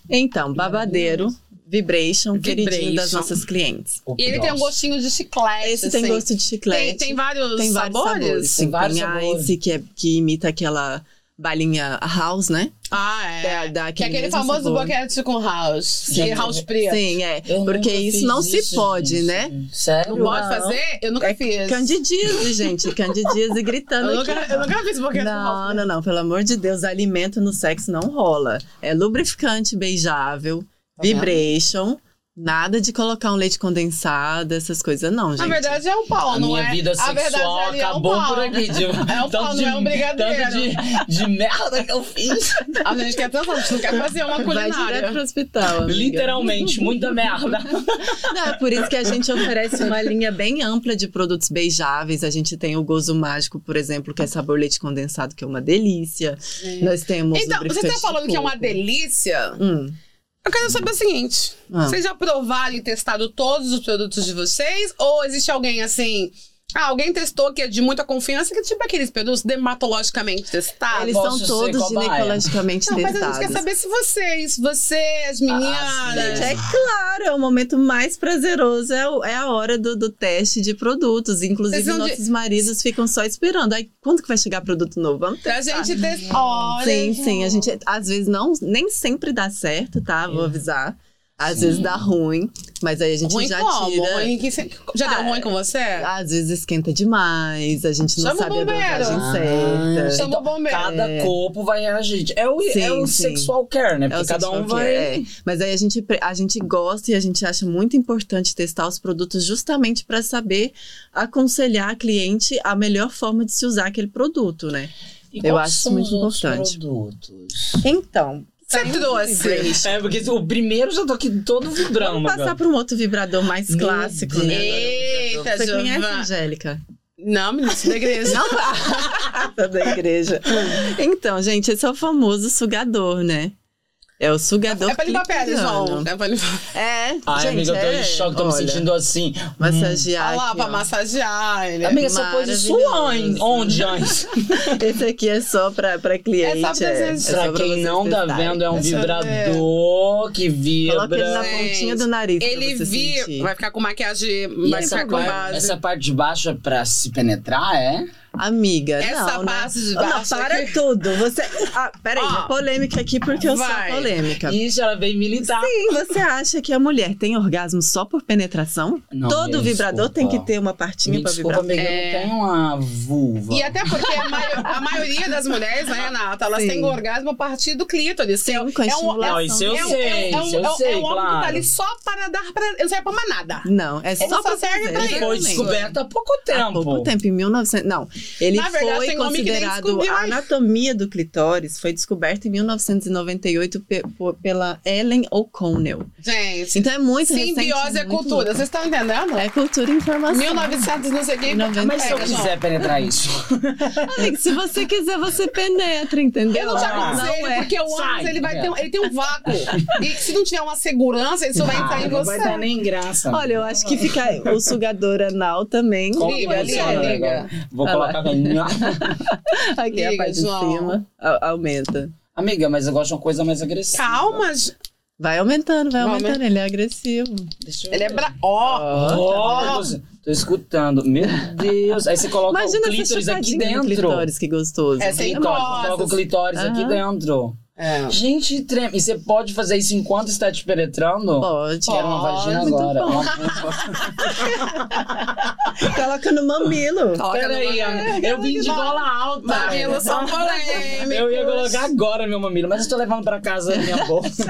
Speaker 3: Então, babadeiro, vibration, queridinho
Speaker 1: Vibration.
Speaker 3: das nossas clientes.
Speaker 2: O
Speaker 1: e ele tem um
Speaker 2: nossa.
Speaker 1: gostinho de chiclete.
Speaker 3: Esse tem
Speaker 1: assim.
Speaker 3: gosto de
Speaker 1: Tem,
Speaker 3: chiclete.
Speaker 1: tem vários
Speaker 3: Tem vários
Speaker 1: sabores.
Speaker 3: sabores.
Speaker 2: Tem vários
Speaker 3: a
Speaker 2: sabores.
Speaker 3: Ice, que, é, que imita aquela balinha house, né?
Speaker 1: Ah, é.
Speaker 3: Dá- dá
Speaker 1: que é
Speaker 3: aquele
Speaker 1: aquele
Speaker 3: mesmo
Speaker 1: famoso
Speaker 3: sabor.
Speaker 1: boquete com house.
Speaker 2: Sim.
Speaker 1: e house preto.
Speaker 3: Sim, é.
Speaker 2: Eu
Speaker 3: Porque
Speaker 2: nunca
Speaker 3: isso
Speaker 2: fiz
Speaker 3: não se
Speaker 2: isso,
Speaker 3: pode,
Speaker 2: gente.
Speaker 3: né?
Speaker 2: Sério?
Speaker 1: Não pode
Speaker 3: Não.
Speaker 1: fazer? Eu
Speaker 3: É
Speaker 1: nunca fiz.
Speaker 3: Candidíase, gente. Candidíase gritando
Speaker 1: Eu
Speaker 3: aqui.
Speaker 1: nunca, eu nunca fiz boquete com house.
Speaker 3: Não, não, não. Pelo amor de Deus, alimento no sexo não rola. É lubrificante beijável,
Speaker 1: Tá vendo?
Speaker 3: vibration, nada de colocar um leite condensado, essas coisas não, gente.
Speaker 1: Na verdade é um pau,
Speaker 2: A
Speaker 1: não
Speaker 2: minha
Speaker 1: é?
Speaker 2: vida
Speaker 1: a verdade
Speaker 2: sexual
Speaker 1: ali é um
Speaker 2: acabou
Speaker 1: pau.
Speaker 2: por aqui. tipo, então
Speaker 1: *laughs*
Speaker 2: De,
Speaker 1: É um pau, não é um brigadeiro.
Speaker 2: Tanto de, de merda que eu
Speaker 1: *laughs*
Speaker 2: fiz.
Speaker 1: A gente quer tanto, a gente não quer fazer é uma
Speaker 3: Vai direto
Speaker 1: culinária.
Speaker 3: pro hospital. amiga.
Speaker 2: Literalmente, muita
Speaker 1: *laughs*
Speaker 2: merda.
Speaker 3: Não, é por isso que a gente oferece uma linha bem ampla de produtos beijáveis. A gente tem o gozo mágico, por exemplo, que é sabor leite condensado, que é uma delícia. Nós temos.
Speaker 1: Então, você tá
Speaker 3: lubrificante de
Speaker 1: falando que é uma
Speaker 3: coco.
Speaker 1: delícia?
Speaker 3: Hum.
Speaker 1: Eu quero saber o seguinte:
Speaker 3: Ah.
Speaker 1: vocês já provaram e testaram todos os produtos de vocês? Ou existe alguém assim. Ah, alguém testou que é de muita confiança, que é tipo aqueles produtos dermatologicamente testados?
Speaker 3: Eles
Speaker 1: Não,
Speaker 3: são
Speaker 2: posso ser
Speaker 3: todos
Speaker 2: cobaia.
Speaker 3: ginecologicamente
Speaker 1: mas a
Speaker 3: testados.
Speaker 1: gente quer saber se vocês, vocês,
Speaker 2: Ah,
Speaker 1: meninas.
Speaker 3: Gente, é claro, é o momento mais prazeroso, é, o- é a hora do, do teste de produtos. Inclusive,
Speaker 1: Vocês vão de-
Speaker 3: nossos maridos ficam só esperando. Aí, quando que vai chegar produto novo? Vamos
Speaker 1: a gente testou. Olha.
Speaker 3: Sim, sim. A gente, às vezes, não, nem sempre dá certo, tá? Vou avisar. Às vezes dá ruim, mas aí a gente
Speaker 1: Ruim
Speaker 3: já
Speaker 1: como?
Speaker 3: tira.
Speaker 1: Ruim que se- Já
Speaker 3: Ah,
Speaker 1: deu ruim com você?
Speaker 3: Às vezes esquenta demais, a gente não
Speaker 1: Chama o
Speaker 3: sabe a
Speaker 1: bombeiro.
Speaker 3: dosagem certa.
Speaker 1: Chama o bombeiro.
Speaker 2: Cada corpo vai reagir. É o,
Speaker 3: Sim,
Speaker 2: é o
Speaker 3: sim.
Speaker 2: sexual care, né?
Speaker 3: É
Speaker 2: Porque
Speaker 3: o
Speaker 2: cada um
Speaker 3: sexual
Speaker 2: vai.
Speaker 3: care, é. Mas aí a gente, pre- a gente gosta e a gente acha muito importante testar os produtos justamente para saber aconselhar a cliente a melhor forma de se usar aquele produto, né?
Speaker 2: E
Speaker 3: Eu
Speaker 2: quais
Speaker 3: acho
Speaker 2: são
Speaker 3: muito
Speaker 2: os outros
Speaker 3: importante.
Speaker 2: Produtos?
Speaker 3: Então,
Speaker 1: Você trouxe.
Speaker 2: É, porque o primeiro já tô aqui todo vibrando.
Speaker 3: vamos passar
Speaker 2: agora.
Speaker 3: para um outro vibrador mais
Speaker 2: Meu
Speaker 3: clássico,
Speaker 2: Deus.
Speaker 3: né?
Speaker 1: Eita,
Speaker 3: Você conhece,
Speaker 1: Giovana.
Speaker 3: Angélica?
Speaker 1: Não, menina, isso da igreja.
Speaker 3: Não, tá *laughs* da igreja. Então, gente, esse é o famoso sugador, né? É o sugador.
Speaker 1: É pra limpar a pele,
Speaker 3: clitoriano.
Speaker 1: João. É pra limpar.
Speaker 3: É,
Speaker 2: Ai,
Speaker 3: gente,
Speaker 2: amiga, eu tô
Speaker 3: é,
Speaker 2: em choque, tô me
Speaker 3: olha,
Speaker 2: sentindo assim.
Speaker 3: Massagear.
Speaker 1: Olha lá,
Speaker 3: Tá aqui,
Speaker 1: pra
Speaker 3: ó.
Speaker 1: massagear ele. é.
Speaker 2: Amiga, você pôs isso
Speaker 3: Maravilhoso.
Speaker 2: onde antes?
Speaker 3: *laughs* Esse aqui é só pra, pra cliente.
Speaker 1: É só pra vocês-
Speaker 3: só
Speaker 2: Pra quem
Speaker 3: vocês
Speaker 2: não tá
Speaker 3: testarem.
Speaker 2: vendo, é um
Speaker 1: Deixa eu
Speaker 2: vibrador que
Speaker 3: Coloca ele na
Speaker 2: vibra.
Speaker 1: Gente,
Speaker 3: pontinha do nariz. pra
Speaker 1: Ele
Speaker 3: você
Speaker 1: vira.
Speaker 3: sentir.
Speaker 1: Vai ficar com maquiagem.
Speaker 2: E
Speaker 1: Vai
Speaker 2: essa,
Speaker 1: ficar com
Speaker 2: parte,
Speaker 1: base.
Speaker 2: essa parte de baixo é pra se penetrar, é?
Speaker 3: Amiga,
Speaker 1: Essa
Speaker 3: não,
Speaker 1: parte
Speaker 3: né?
Speaker 1: de
Speaker 3: não,
Speaker 1: baixo
Speaker 3: para
Speaker 1: aqui.
Speaker 3: tudo. Você. Ah, peraí,
Speaker 1: Ó.
Speaker 3: polêmica aqui porque eu
Speaker 1: Vai. Tá.
Speaker 3: sou polêmica.
Speaker 2: Isso, ela veio militar.
Speaker 3: Sim, você acha que a mulher tem orgasmo só por penetração?
Speaker 2: Não,
Speaker 3: Todo
Speaker 2: me
Speaker 3: vibrador tem que
Speaker 2: desculpa.
Speaker 3: ter uma partinha
Speaker 2: Me
Speaker 3: pra
Speaker 2: desculpa,
Speaker 3: vibrar. É.
Speaker 2: amiga, eu não tenho uma vulva.
Speaker 1: E até porque a, maio- a maioria das mulheres, né, Renata, elas
Speaker 3: Sim.
Speaker 1: têm orgasmo a partir do clítoris. que é-
Speaker 3: Sim, com
Speaker 1: é um, é,
Speaker 3: estimulação.
Speaker 2: Não, isso eu
Speaker 1: é um-
Speaker 2: sei,
Speaker 1: é um-
Speaker 2: isso eu
Speaker 1: é um-
Speaker 2: sei,
Speaker 1: é um homem que
Speaker 2: claro.
Speaker 1: tá ali só para dar pra. Ele não serve pra mais nada.
Speaker 3: Não, é
Speaker 1: Ele
Speaker 3: só,
Speaker 1: só
Speaker 3: pra
Speaker 1: serve
Speaker 3: prazer,
Speaker 1: pra isso.
Speaker 2: Ele foi
Speaker 3: exatamente.
Speaker 2: descoberto há pouco tempo.
Speaker 3: Há pouco tempo, em 1900. Não, ele
Speaker 1: Na verdade,
Speaker 3: foi
Speaker 1: tem homem que nem
Speaker 3: considerado.
Speaker 1: descobriu
Speaker 3: A
Speaker 1: ainda.
Speaker 3: anatomia do clitóris foi descoberta em 1998 pe- po- pela Ellen O'Connell.
Speaker 1: Gente.
Speaker 3: Então é muito recente.
Speaker 1: simbiose é
Speaker 3: muito
Speaker 1: cultura.
Speaker 3: louco.
Speaker 1: Vocês estão entendendo?
Speaker 3: É cultura e informação.
Speaker 1: 1900, não sei o quê.
Speaker 3: 1900.
Speaker 2: Ah, Mas se eu
Speaker 1: É, João.
Speaker 2: quiser penetrar isso.
Speaker 3: Amigo, se você quiser, você penetra, entendeu?
Speaker 1: Eu não te
Speaker 2: Ah,
Speaker 1: aconselho,
Speaker 3: é.
Speaker 1: porque o
Speaker 2: Sai.
Speaker 1: ânus ele vai ter, um- ele tem um vácuo. E se não tiver uma segurança, isso vai entrar
Speaker 2: Ah,
Speaker 1: em
Speaker 2: não
Speaker 1: você.
Speaker 2: vai dar nem graça.
Speaker 3: Olha, eu acho que fica o sugador anal também.
Speaker 2: Como é
Speaker 1: Liga,
Speaker 2: funciona
Speaker 1: liga,
Speaker 2: o
Speaker 1: liga.
Speaker 2: negócio? Vou
Speaker 3: Vai lá.
Speaker 2: colocar com-
Speaker 3: Aqui é a
Speaker 1: Liga,
Speaker 3: parte
Speaker 1: João.
Speaker 3: de cima. a- Aumenta.
Speaker 2: Amiga, mas eu gosto de uma coisa mais agressiva.
Speaker 1: Calma, gente.
Speaker 3: Vai aumentando, vai
Speaker 1: Vai
Speaker 3: aumentando. Ele é agressivo.
Speaker 2: Deixa eu
Speaker 1: ele é
Speaker 2: ver.
Speaker 1: bra... Ó,
Speaker 2: Ó, Tô escutando. Meu Deus. Aí você coloca
Speaker 3: Imagina
Speaker 2: o
Speaker 3: essa
Speaker 2: clítoris aqui
Speaker 3: chupadinha
Speaker 2: dentro.
Speaker 3: do clitóris, que gostoso.
Speaker 1: É, sem
Speaker 2: Clítoris,
Speaker 1: costas.
Speaker 2: Coloca o clitóris aqui
Speaker 3: Aham.
Speaker 2: dentro.
Speaker 1: É.
Speaker 2: Gente, treme. E você pode fazer isso enquanto está te penetrando?
Speaker 3: Pode.
Speaker 2: Quero uma vagina
Speaker 3: Muito
Speaker 2: agora.
Speaker 3: bom. Coloca no mamilo.
Speaker 1: Coloca no
Speaker 3: É
Speaker 1: Tá
Speaker 2: Peraí, amiga. *laughs* eu vim de
Speaker 1: Mamilo.
Speaker 2: bola alta.
Speaker 1: mamilo um são polêmicos.
Speaker 2: Eu ia colocar agora meu mamilo, mas eu tô levando pra casa na minha
Speaker 3: *laughs*
Speaker 2: bolsa.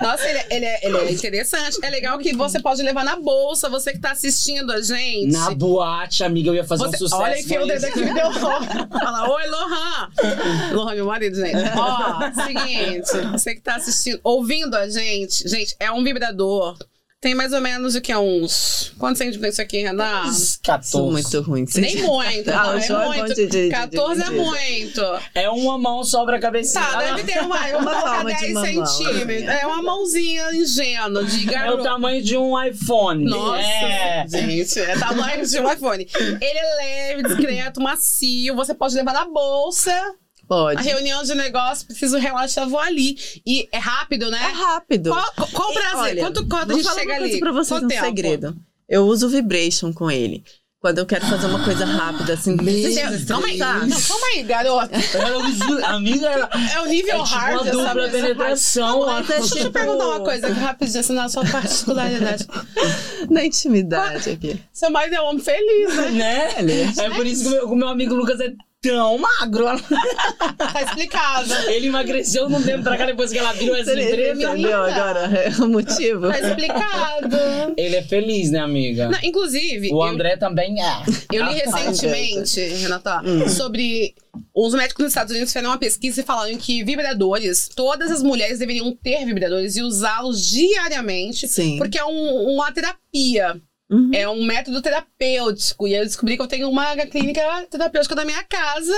Speaker 1: Nossa, ele, é- ele é, ele é interessante. É legal que você pode levar na bolsa, você que tá assistindo a gente.
Speaker 2: na boate, amiga, eu ia fazer um
Speaker 1: Você-
Speaker 2: sucesso.
Speaker 1: olha aí,
Speaker 2: com
Speaker 1: o dedo
Speaker 2: isso.
Speaker 1: aqui me deu Fala, oi, Lohan. Lohan, meu marido, gente. Ó, Ó, seguinte, você que tá assistindo, ouvindo a gente, gente, é um vibrador. Tem mais ou menos de que uns. Quantos centímetros isso aqui, Renan?
Speaker 3: Sou
Speaker 2: 14.
Speaker 3: muito ruim.
Speaker 1: Nem muito.
Speaker 3: Ah,
Speaker 1: não,
Speaker 3: o
Speaker 1: é
Speaker 3: João é bom
Speaker 1: muito.
Speaker 3: de- de- de-
Speaker 1: 14 é
Speaker 3: de-
Speaker 1: muito.
Speaker 2: É uma mão só pra cabecinha.
Speaker 1: Tá, deve ter
Speaker 3: *laughs*
Speaker 1: uma, uma pra
Speaker 3: É palma de
Speaker 1: 10
Speaker 3: mamão,
Speaker 1: centímetros.
Speaker 3: né?
Speaker 1: É uma mãozinha ingênua de
Speaker 2: É o
Speaker 1: garoto.
Speaker 2: tamanho de um iPhone.
Speaker 1: Nossa,
Speaker 2: É.
Speaker 1: gente, é tamanho de um iPhone. Ele é leve, discreto, macio. Você pode levar na bolsa. A
Speaker 3: Pode.
Speaker 1: reunião de negócio, preciso relaxar, vou ali. E é rápido,
Speaker 3: É
Speaker 1: né?
Speaker 3: rápido.
Speaker 1: Qual, qual o
Speaker 3: E,
Speaker 1: prazer?
Speaker 3: olha,
Speaker 1: Quanto corta a
Speaker 3: vou
Speaker 1: gente
Speaker 3: falar
Speaker 1: chega
Speaker 3: uma coisa
Speaker 1: ali?
Speaker 3: pra vocês,
Speaker 1: Quanto
Speaker 3: um
Speaker 1: tempo?
Speaker 3: segredo. Eu uso o Vibration com ele. Quando eu quero fazer uma coisa rápida, assim...
Speaker 1: Você-
Speaker 3: sem tá?
Speaker 1: Calma aí,
Speaker 3: estressar.
Speaker 1: não, calma aí, garota.
Speaker 2: Ela
Speaker 1: *laughs*
Speaker 2: usa- Amiga, ela-
Speaker 1: É o
Speaker 2: é
Speaker 1: nível
Speaker 2: tipo
Speaker 1: hard,
Speaker 2: uma
Speaker 1: essa tá
Speaker 2: dupla
Speaker 1: coisa.
Speaker 2: penetração.
Speaker 3: Mas é
Speaker 2: *laughs*
Speaker 1: Deixa eu te
Speaker 3: tipo-
Speaker 1: perguntar uma coisa rapidinho, assim, na sua particularidade.
Speaker 3: Na intimidade aqui.
Speaker 1: Seu marido é um homem feliz, né?
Speaker 2: Né? É por isso que o meu, o meu amigo Lucas é tão magro.
Speaker 1: *laughs* Tá explicado.
Speaker 2: Ele emagreceu num tempo pra cá depois que ela virou
Speaker 1: é
Speaker 2: essa
Speaker 3: Você
Speaker 2: empresa.
Speaker 3: entendeu agora *laughs* o motivo?
Speaker 1: Tá explicado.
Speaker 2: Ele é feliz, né, amiga?
Speaker 1: Não, inclusive,
Speaker 2: O
Speaker 1: eu-
Speaker 2: André também é.
Speaker 1: Eu li
Speaker 2: Ah, tá.
Speaker 1: recentemente, Renata, sobre. Os médicos nos Estados Unidos fizeram uma pesquisa e falaram que vibradores, todas as mulheres deveriam ter vibradores e usá-los diariamente.
Speaker 3: Sim.
Speaker 1: Porque é um- uma terapia,
Speaker 3: Uhum.
Speaker 1: é um método terapêutico. E eu descobri que eu tenho uma clínica terapêutica da minha casa,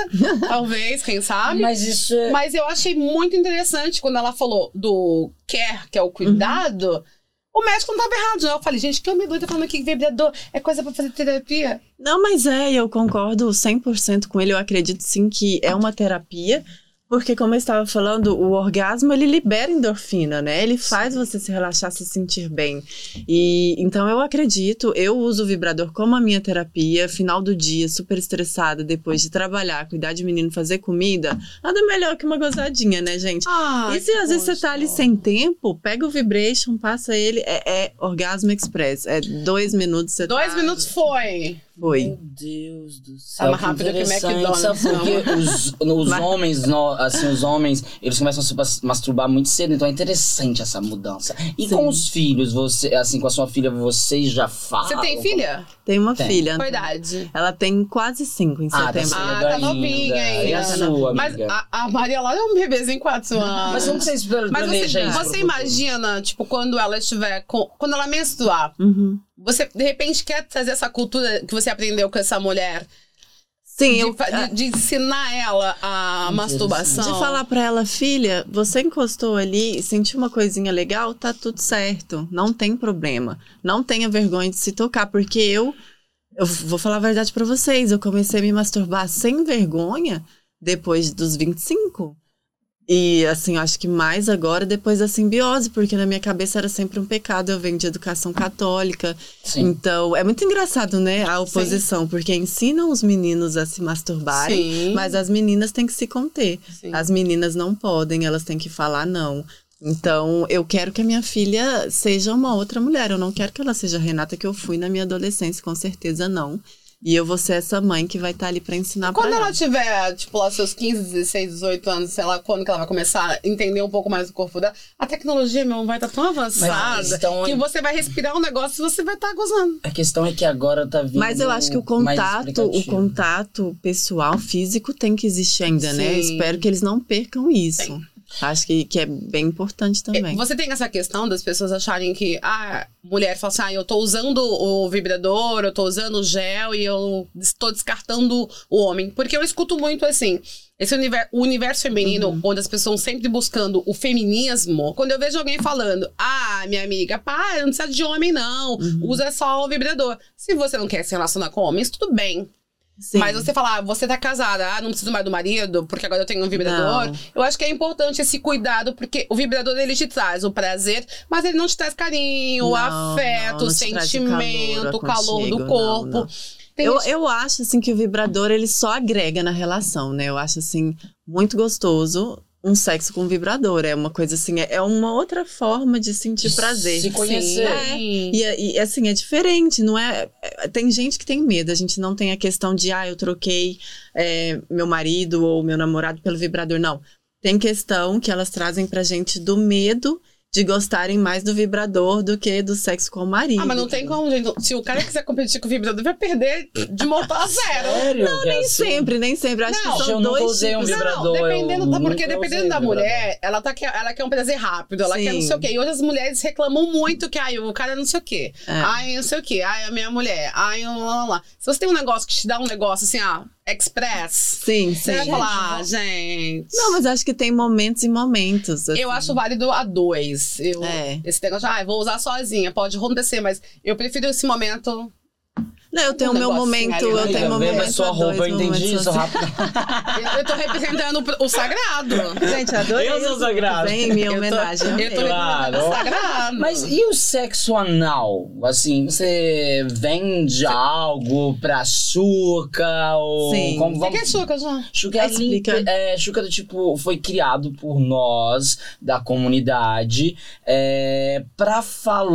Speaker 1: talvez, quem sabe.
Speaker 2: Mas isso é.
Speaker 1: Mas eu achei muito interessante quando ela falou do care, que é o cuidado. O médico não estava errado, não. Eu falei, gente, que eu me doida falando que vibrador é coisa pra fazer terapia.
Speaker 3: Não, mas é, eu concordo 100% com ele. Eu acredito sim que é uma terapia, porque como eu estava falando, o orgasmo ele libera endorfina, né? Ele faz você se relaxar, se sentir bem. E então eu acredito, eu uso o vibrador como a minha terapia, final do dia, super estressada, depois de trabalhar, cuidar de menino, fazer comida, nada melhor que uma gozadinha, né, gente?
Speaker 1: Ah,
Speaker 3: e se às vezes você tá ali sem tempo, pega o vibration, passa ele, é, é orgasmo express, é dois minutos você
Speaker 1: Dois
Speaker 3: tá-
Speaker 1: minutos foi.
Speaker 3: foi.
Speaker 2: Meu Deus do
Speaker 1: Tá
Speaker 2: céu.
Speaker 1: mais rápido que
Speaker 2: interessante,
Speaker 1: McDonald's,
Speaker 2: Sabe por
Speaker 1: não.
Speaker 2: quê? os, os
Speaker 3: Vai.
Speaker 2: homens, no- assim, os homens, eles começam a se mas- masturbar muito cedo, então é interessante essa mudança. E
Speaker 3: Sim.
Speaker 2: com os filhos, você, assim, com a sua filha, vocês já falam?
Speaker 1: Você tem filha?
Speaker 3: Tem uma
Speaker 2: Tem.
Speaker 3: filha. né?
Speaker 1: Qual idade?
Speaker 3: Ela tem quase cinco em
Speaker 2: Ah, tá,
Speaker 3: setembro.
Speaker 1: Ah,
Speaker 2: tá
Speaker 1: tá novinha ainda.
Speaker 2: E a sua,
Speaker 1: Mas
Speaker 2: amiga?
Speaker 1: a, a Maria Laura é um bebezinho em quatro anos.
Speaker 2: Mas como vocês planejam
Speaker 1: Mas você,
Speaker 2: isso? pro
Speaker 1: você
Speaker 2: futuro?
Speaker 1: imagina, tipo, quando ela estiver com. Quando ela menstruar,
Speaker 3: Uhum.
Speaker 1: você de repente quer trazer essa cultura que você aprendeu com essa mulher?
Speaker 3: Sim,
Speaker 1: de,
Speaker 3: eu.
Speaker 1: fa- de- de ensinar ela a
Speaker 2: Interessante.
Speaker 1: masturbação.
Speaker 3: De falar pra ela, filha, você encostou ali e sentiu uma coisinha legal, tá tudo certo. Não tem problema. Não tenha vergonha de se tocar, porque eu. Eu vou falar a verdade pra vocês. Eu comecei a me masturbar sem vergonha depois dos 25. E assim, eu acho que mais agora depois da simbiose, porque na minha cabeça era sempre um pecado. Eu venho de educação católica,
Speaker 2: Sim.
Speaker 3: Então, é muito engraçado, né? A oposição, porque ensinam os meninos a se masturbarem,
Speaker 1: Sim.
Speaker 3: mas as meninas têm que se conter.
Speaker 1: Sim.
Speaker 3: As meninas não podem, elas têm que falar não. Então, eu quero que a minha filha seja uma outra mulher. Eu não quero que ela seja a Renata que eu fui na minha adolescência, com certeza não. E eu vou ser essa mãe que vai estar ali pra ensinar
Speaker 1: Quando
Speaker 3: pra
Speaker 1: ela tiver, tipo, lá seus 15, 16, 18 anos, sei lá, quando que ela vai começar a entender um pouco mais o corpo dela, a tecnologia, meu, vai estar tão avançada
Speaker 2: Mas, então,
Speaker 1: que você vai respirar um negócio e você vai estar gozando.
Speaker 2: A questão é que agora tá vindo.
Speaker 3: Mas eu acho que o
Speaker 2: mais
Speaker 3: contato, o
Speaker 2: explicativo.
Speaker 3: contato pessoal, físico, tem que existir ainda, né? Eu
Speaker 1: Sim.
Speaker 3: espero que eles não percam isso. Acho que, que é bem importante também.
Speaker 1: Você tem essa questão das pessoas acharem que a mulher fala assim, ah, eu tô usando o vibrador, eu tô usando o gel e eu estou descartando o homem. Porque eu escuto muito assim, esse univer- o universo feminino,
Speaker 3: Uhum.
Speaker 1: onde as pessoas estão sempre buscando o feminismo, quando eu vejo alguém falando, ah, minha amiga, para, não precisa de homem não,
Speaker 3: Uhum.
Speaker 1: usa só o vibrador. Se você não quer se relacionar com homens, tudo bem.
Speaker 3: Sim.
Speaker 1: Mas você falar, ah, você tá casada, ah, não preciso mais do marido, porque agora eu tenho um vibrador.
Speaker 3: Não.
Speaker 1: Eu acho que é importante esse cuidado, porque o vibrador ele te traz o prazer, mas ele não te traz carinho,
Speaker 3: Não,
Speaker 1: afeto,
Speaker 3: não, não te traz o
Speaker 1: sentimento, o calor,
Speaker 3: aconchego,
Speaker 1: do
Speaker 3: não,
Speaker 1: corpo.
Speaker 3: não.
Speaker 1: Tem
Speaker 3: Eu,
Speaker 1: gente-
Speaker 3: eu acho, assim, que o vibrador, ele só agrega na relação, né? Eu acho, assim, muito gostoso um sexo com vibrador. É uma coisa, assim, é é uma outra forma de sentir
Speaker 2: De
Speaker 3: prazer.
Speaker 2: se conhecer.
Speaker 3: É.
Speaker 1: Sim.
Speaker 3: E, e, assim, é diferente, não é, é- Tem gente que tem medo, a gente não tem a questão de, ah, eu troquei é, meu marido ou meu namorado pelo vibrador, não. Tem questão que elas trazem pra gente do medo de gostarem mais do vibrador do que do sexo com o marido.
Speaker 1: Ah, mas não tem como, gente. Se o cara quiser competir com o vibrador, vai perder de montar a zero.
Speaker 2: Sério? Não,
Speaker 3: Nem sempre, nem sempre.
Speaker 1: Não,
Speaker 3: Acho que
Speaker 2: eu
Speaker 3: são
Speaker 2: nunca
Speaker 3: dois
Speaker 2: usei um
Speaker 3: tipos.
Speaker 1: Não,
Speaker 2: vibrador.
Speaker 1: dependendo,
Speaker 2: eu
Speaker 1: tá? Porque
Speaker 2: nunca usei
Speaker 1: dependendo da
Speaker 2: vibrador.
Speaker 1: mulher, ela, tá, quer- ela quer um prazer rápido, ela quer não
Speaker 3: Sim.
Speaker 1: sei o quê. E hoje as mulheres reclamam muito que ai, o cara não sei o quê.
Speaker 3: É.
Speaker 1: Ai, não sei o quê. Ai, a minha mulher. Ai, lá, lá, lá. Se você tem um negócio que te dá um negócio assim, ó, express,
Speaker 3: Sim, sim.
Speaker 1: você vai falar, ah, gente.
Speaker 3: Não, mas acho que tem momentos e momentos. assim.
Speaker 1: Eu acho válido a dois. Eu,
Speaker 3: É.
Speaker 1: Esse negócio, ah, eu vou usar sozinha, pode acontecer, mas eu prefiro esse momento.
Speaker 3: Não, eu tenho
Speaker 1: um
Speaker 3: o meu
Speaker 1: negocinho
Speaker 3: momento,
Speaker 1: ali,
Speaker 3: eu
Speaker 1: né?
Speaker 3: tenho
Speaker 2: Amiga,
Speaker 3: um
Speaker 2: vendo
Speaker 3: momento.
Speaker 2: a sua
Speaker 3: a dois,
Speaker 2: roupa, eu
Speaker 3: momentos
Speaker 2: entendi isso
Speaker 3: a-
Speaker 2: rápindo.
Speaker 1: Eu, eu tô representando o sagrado.
Speaker 3: Gente, adorei.
Speaker 2: Eu sou sagrado.
Speaker 3: Vem em minha
Speaker 1: Eu tô-
Speaker 3: homenagem.
Speaker 1: Eu tô
Speaker 2: Claro.
Speaker 1: representando o sagrado.
Speaker 2: Mas e o sexo anal? Assim, você vende algo pra Xuca ou...
Speaker 3: Sim.
Speaker 2: Como,
Speaker 1: O que
Speaker 2: vamos...
Speaker 1: que é chuca, João?
Speaker 2: Xuca é, a
Speaker 3: Explica.
Speaker 2: limpe- é, Xuca do tipo foi criado por nós da comunidade é, para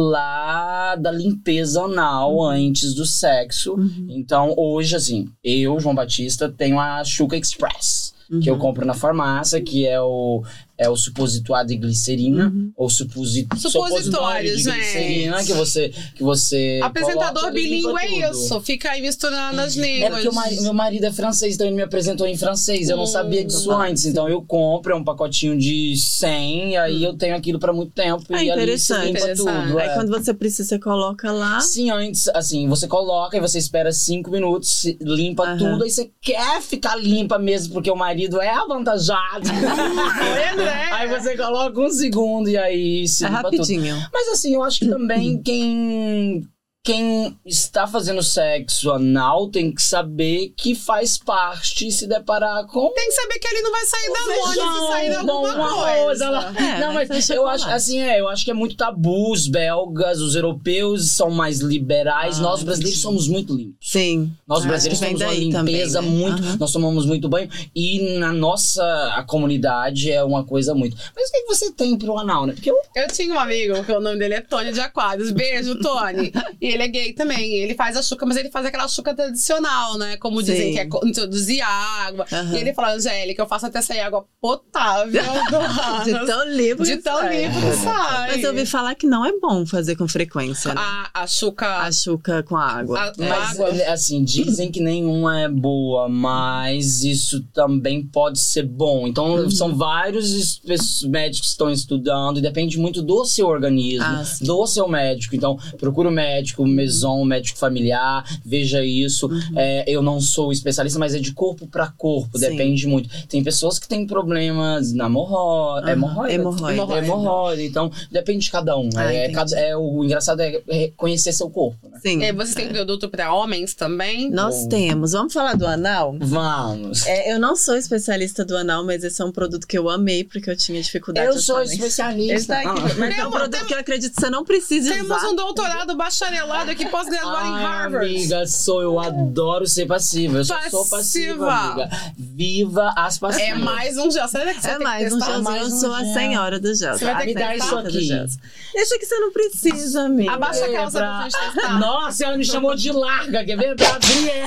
Speaker 2: falar da limpeza anal antes do sexo. Então hoje assim, eu João Batista tenho a Xuca Express
Speaker 3: Uhum.
Speaker 2: que eu compro na farmácia, que é o é o supositoado de glicerina ou suposi
Speaker 1: Supositório,
Speaker 2: supositório de
Speaker 1: gente.
Speaker 2: glicerina que você que você
Speaker 1: Apresentador
Speaker 2: coloca, ele limpa
Speaker 1: bilíngue é
Speaker 2: tudo.
Speaker 1: isso. Fica aí misturando as
Speaker 2: É porque o
Speaker 1: línguas.
Speaker 2: mari- meu marido é francês, então ele me apresentou em francês. Eu não
Speaker 1: Hum.
Speaker 2: sabia disso antes. Então eu compro, é um pacotinho de 100, e aí eu tenho aquilo pra muito tempo.
Speaker 3: Ah,
Speaker 2: e ali se
Speaker 3: interessante.
Speaker 2: limpa
Speaker 1: Interessante.
Speaker 2: tudo.
Speaker 3: Aí
Speaker 2: é.
Speaker 3: quando você precisa, você coloca lá.
Speaker 2: Sim, antes, assim, você coloca e você espera cinco minutos, se- limpa
Speaker 3: Aham.
Speaker 2: tudo, aí você quer ficar limpa mesmo, porque o marido é avantajado.
Speaker 1: Oi, André.
Speaker 2: aí você coloca um segundo e aí se
Speaker 3: É
Speaker 2: limpa tudo.
Speaker 3: rapidinho.
Speaker 2: Mas assim, eu acho que
Speaker 3: *clears throat*
Speaker 2: também quem quem está fazendo sexo anal tem que saber que faz parte e se deparar com
Speaker 1: Tem que saber que ele não vai sair da
Speaker 2: feijão,
Speaker 1: longe se sair alguma
Speaker 2: alguma
Speaker 1: coisa.
Speaker 2: coisa lá.
Speaker 3: É,
Speaker 2: não,
Speaker 3: mas
Speaker 2: mas
Speaker 3: tem
Speaker 2: eu acho
Speaker 3: chocolate.
Speaker 2: assim, é, eu acho que é muito tabu. Os belgas, os europeus são mais liberais.
Speaker 3: Ah,
Speaker 2: Nós brasileiros
Speaker 3: entendi.
Speaker 2: somos muito limpos.
Speaker 3: Sim.
Speaker 2: Nós
Speaker 3: Acho
Speaker 2: brasileiros
Speaker 3: que vem
Speaker 2: temos uma
Speaker 3: daí também,
Speaker 2: limpeza
Speaker 3: né?
Speaker 2: muito,
Speaker 3: Aham.
Speaker 2: nós tomamos muito banho e na nossa a comunidade é uma coisa muito. Mas o que que você tem pro anal, né? Porque eu
Speaker 1: Eu tinha um amigo, que o nome dele é Tony de Aquários. Beijo, Tony. E ele é gay também. Ele faz a chuca, mas ele faz aquela chuca tradicional, né? Como dizem
Speaker 3: Sim.
Speaker 1: que é co- introduzir água.
Speaker 3: Aham.
Speaker 1: E ele fala, Angélica, eu faço até sair água
Speaker 3: *laughs*
Speaker 1: potável do
Speaker 3: De
Speaker 1: ralo.
Speaker 3: tão livre.
Speaker 1: De
Speaker 3: que
Speaker 1: tão
Speaker 3: sai.
Speaker 1: limpo que sai.
Speaker 3: Mas eu ouvi falar que não é bom fazer com frequência, né?
Speaker 1: a, a chuca...
Speaker 3: A chuca com a água.
Speaker 1: a-
Speaker 2: Mas,
Speaker 1: água.
Speaker 2: eh, assim, dizem que nenhuma é boa, mas isso também pode ser bom. Então,
Speaker 3: Uhum.
Speaker 2: são vários es- es- médicos que estão estudando e depende muito do seu organismo,
Speaker 3: Ah, sim.
Speaker 2: do seu médico. Então, procura o médico, meson, médico familiar, veja isso.
Speaker 3: Uhum.
Speaker 2: Eh, eu não sou especialista, mas é de corpo para corpo,
Speaker 3: Sim.
Speaker 2: depende muito. Tem pessoas que têm problemas na hemorroida.
Speaker 3: Aham,
Speaker 2: hemorroida?
Speaker 3: hemorroida.
Speaker 2: Hemorroida. Então, depende de cada um.
Speaker 3: Ah,
Speaker 2: é,
Speaker 3: entendi.
Speaker 2: cada- é, o engraçado é re- conhecer seu corpo, né?
Speaker 3: Sim.
Speaker 1: É, Vocês têm produto pra homens também?
Speaker 3: Nós temos. Vamos falar do anal?
Speaker 2: Vamos.
Speaker 3: É, eu não sou especialista do anal, mas esse é um produto que eu amei, porque eu tinha dificuldade
Speaker 2: Eu
Speaker 3: de
Speaker 2: sou Ah.
Speaker 3: atualmente. Ele
Speaker 2: especialista.
Speaker 3: tá aqui, mas é um
Speaker 1: Temos-
Speaker 3: produto que eu acredito que você não precisa
Speaker 1: Temos
Speaker 3: usar.
Speaker 1: um doutorado bacharelado aqui pós-graduado em
Speaker 2: Ai,
Speaker 1: Harvard.
Speaker 2: amiga, sou eu adoro ser passiva. Eu só sou passiva,
Speaker 1: Passiva.
Speaker 2: amiga. Viva as passivas.
Speaker 1: É mais um gel. Será que você
Speaker 3: É
Speaker 1: tem
Speaker 3: mais
Speaker 1: que
Speaker 3: um
Speaker 1: testar?
Speaker 3: gelzinho, eu
Speaker 2: mais um
Speaker 3: sou a
Speaker 2: gel.
Speaker 3: senhora do gel.
Speaker 1: Você vai
Speaker 3: tá?
Speaker 1: ter que
Speaker 2: Me dá
Speaker 1: testar
Speaker 2: isso
Speaker 1: do
Speaker 2: aqui.
Speaker 3: Esse aqui você não precisa, amiga.
Speaker 1: Abaixa a
Speaker 2: É,
Speaker 1: calça
Speaker 2: pra-
Speaker 1: pra gente testar.
Speaker 2: Nossa, ela me chamou de larga, quer ver? Pra abrir é.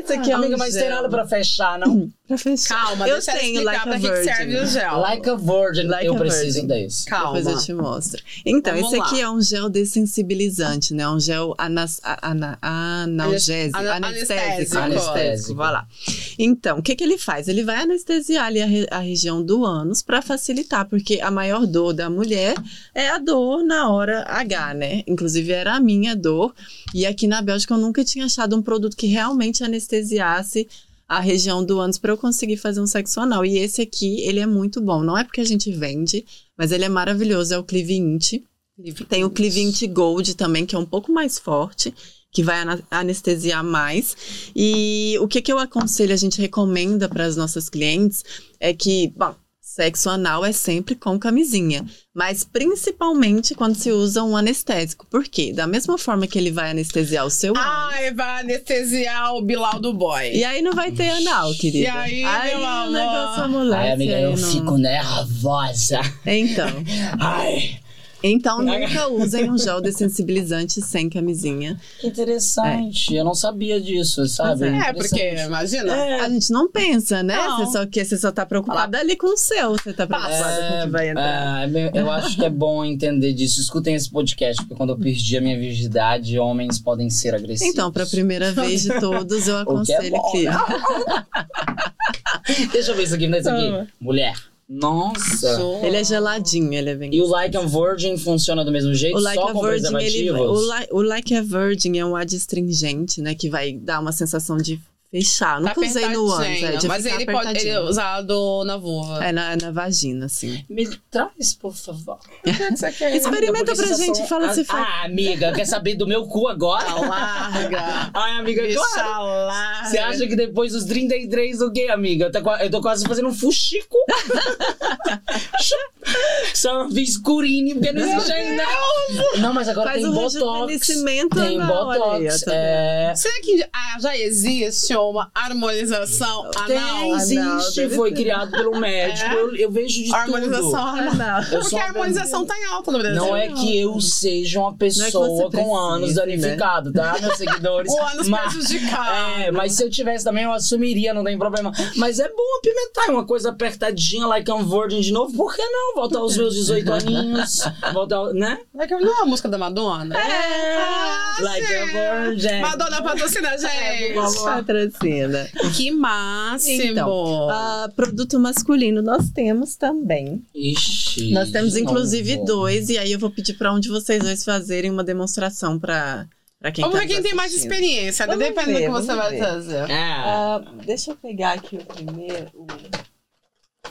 Speaker 3: Esse aqui é um
Speaker 2: Amiga, mas
Speaker 3: gel.
Speaker 2: tem nada pra fechar, não.
Speaker 3: Pra fechar.
Speaker 1: Calma,
Speaker 3: Eu
Speaker 1: deixa eu
Speaker 3: tenho
Speaker 1: explicar
Speaker 3: Like a
Speaker 1: pra que que
Speaker 3: Virgin.
Speaker 1: serve o gel.
Speaker 2: Like a virgin,
Speaker 3: Like
Speaker 2: eu
Speaker 3: a
Speaker 2: preciso
Speaker 3: virgin.
Speaker 2: desse.
Speaker 1: Calma.
Speaker 3: Depois eu te mostro. Então,
Speaker 1: Vamos
Speaker 3: esse aqui
Speaker 1: lá.
Speaker 3: é um gel dessensibilizante, né? Um gel anas, a- ana- analgésico,
Speaker 1: Ana-
Speaker 3: anestésico.
Speaker 1: anestésico.
Speaker 2: Anestésico.
Speaker 3: Vai lá. Então, o que, que ele faz? Ele vai anestesiar ali a, re- a região do ânus para facilitar, porque a maior dor da mulher é a dor na hora H, né? Inclusive, era a minha dor. E aqui na Bélgica eu nunca tinha achado um produto que realmente anestesiasse a região do ânus para eu conseguir fazer um sexo anal. E esse aqui, ele é muito bom. Não é porque a gente vende, mas ele é maravilhoso. É o Clivinte. Tem o Clivinte Gold também, que é um pouco mais forte, que vai ana- anestesiar mais. E o que, que eu aconselho, a gente recomenda para as nossas clientes é que, bom, sexo anal é sempre com camisinha, mas principalmente quando se usa um anestésico. Por quê? Da mesma forma que ele vai anestesiar o seu ânus,
Speaker 1: Ai, vai anestesiar o Bilal do boy.
Speaker 3: e aí não vai ter anal, querida. né,
Speaker 1: E aí, meu
Speaker 3: o
Speaker 1: amor?
Speaker 3: negócio amolece,
Speaker 2: Ai, amiga,
Speaker 3: aí
Speaker 2: eu
Speaker 3: não-
Speaker 2: fico nervosa.
Speaker 3: Então,
Speaker 2: Ai.
Speaker 3: Então nunca usem um gel dessensibilizante sem camisinha.
Speaker 2: Que interessante. Eu não sabia disso, sabe?
Speaker 3: é.
Speaker 1: É,
Speaker 2: Interessante.
Speaker 1: porque, imagina. tá
Speaker 2: É.
Speaker 3: A gente não pensa, né?
Speaker 1: Não.
Speaker 3: Você só que você só tá preocupada ali com o seu, você tá
Speaker 1: Passa.
Speaker 3: preocupada com o que vai entrar.
Speaker 2: Ah, meu- eu acho que é bom entender disso. Escutem esse podcast, porque quando eu perdi a minha virgindade, homens podem ser agressivos.
Speaker 3: Então, pra primeira vez
Speaker 1: *laughs*
Speaker 3: de todos, eu
Speaker 2: O que é
Speaker 3: aconselho
Speaker 2: bom.
Speaker 3: que
Speaker 2: *laughs* Deixa eu ver isso aqui, não é isso
Speaker 3: Toma.
Speaker 2: aqui. Mulher. Nossa.
Speaker 3: ele é geladinho, ele é bem
Speaker 2: E o Like a Virgin funciona do mesmo jeito,
Speaker 3: O Like
Speaker 2: só
Speaker 3: a
Speaker 2: com
Speaker 3: Virgin, ele,
Speaker 2: preservativos?
Speaker 3: o, li, o Like a Virgin é um adstringente, né? Que vai dar uma sensação de fechar. Eu
Speaker 1: Tá
Speaker 3: Nunca usei no ânus, é, de
Speaker 1: apertadinho, Mas
Speaker 3: ficar
Speaker 1: ele pode ele é
Speaker 3: apertadinho.
Speaker 1: usado na vulva.
Speaker 3: É na, na vagina, assim.
Speaker 2: Me traz, por
Speaker 3: *laughs*
Speaker 2: favor.
Speaker 3: Experimenta
Speaker 2: Porque
Speaker 3: pra
Speaker 2: sensação-
Speaker 3: gente, fala
Speaker 2: ah,
Speaker 3: se faz.
Speaker 2: Ah, amiga, quer saber do meu cu
Speaker 3: *laughs*
Speaker 2: agora?
Speaker 1: Tá Larga.
Speaker 2: Ai, amiga,
Speaker 1: Bicha
Speaker 2: claro.
Speaker 1: larga.
Speaker 2: Você acha que depois dos 33 o quê, amiga? Eu tô, qua- eu tô quase fazendo um
Speaker 3: *laughs*
Speaker 2: fuxico. Só fiz curine, porque não existe ainda. Não, mas agora
Speaker 3: Faz
Speaker 2: tem
Speaker 3: um
Speaker 2: botox.
Speaker 3: rejuvenescimento
Speaker 2: Tem
Speaker 3: na orelha
Speaker 2: botox.
Speaker 3: também.
Speaker 2: É...
Speaker 1: Será que ah, já existe uma harmonização
Speaker 2: Tem,
Speaker 1: anal?
Speaker 2: existe.
Speaker 3: deve
Speaker 2: foi
Speaker 3: ter.
Speaker 2: criado pelo médico.
Speaker 1: É?
Speaker 2: Eu, eu vejo de
Speaker 1: harmonização
Speaker 2: tudo.
Speaker 3: *laughs*
Speaker 1: anal.
Speaker 3: Ah, não.
Speaker 2: Eu sou
Speaker 1: Porque
Speaker 2: uma
Speaker 1: a harmonização tá em alta no Brasil.
Speaker 2: Não é que eu seja uma pessoa
Speaker 3: é você
Speaker 2: com anos
Speaker 3: precise, né?
Speaker 2: danificado, tá, meus
Speaker 3: *laughs*
Speaker 2: seguidores?
Speaker 1: O ânus
Speaker 2: Mas-
Speaker 1: prejudicado.
Speaker 2: É, mas se eu tivesse também, eu assumiria, não tem problema. Mas é bom apimentar uma coisa apertadinha, like um virgin de novo. Por que não? Voltar aos meus 18 aninhos. Voltar, ao- né?
Speaker 1: É que Não é a música da Madonna? Ah,
Speaker 2: like a
Speaker 1: gente.
Speaker 3: É.
Speaker 2: virgin.
Speaker 1: Madonna patrocina a gente.
Speaker 3: Patrocina.
Speaker 1: Que máximo.
Speaker 3: Então, ah, produto masculino nós temos também.
Speaker 2: Ixi. é um
Speaker 3: Nós temos
Speaker 2: de
Speaker 3: inclusive
Speaker 2: novo.
Speaker 3: dois, e aí eu vou pedir pra um de vocês dois fazerem uma demonstração pra, pra quem
Speaker 1: Vamos
Speaker 3: tá
Speaker 1: ver quem
Speaker 3: nos
Speaker 1: tem mais
Speaker 3: assistindo.
Speaker 1: experiência,
Speaker 3: Vamos
Speaker 1: dependendo
Speaker 3: ver,
Speaker 1: do que você
Speaker 3: vamos
Speaker 1: vai
Speaker 3: ver.
Speaker 1: fazer.
Speaker 2: Ah,
Speaker 3: Ah, deixa eu pegar aqui o primeiro. o-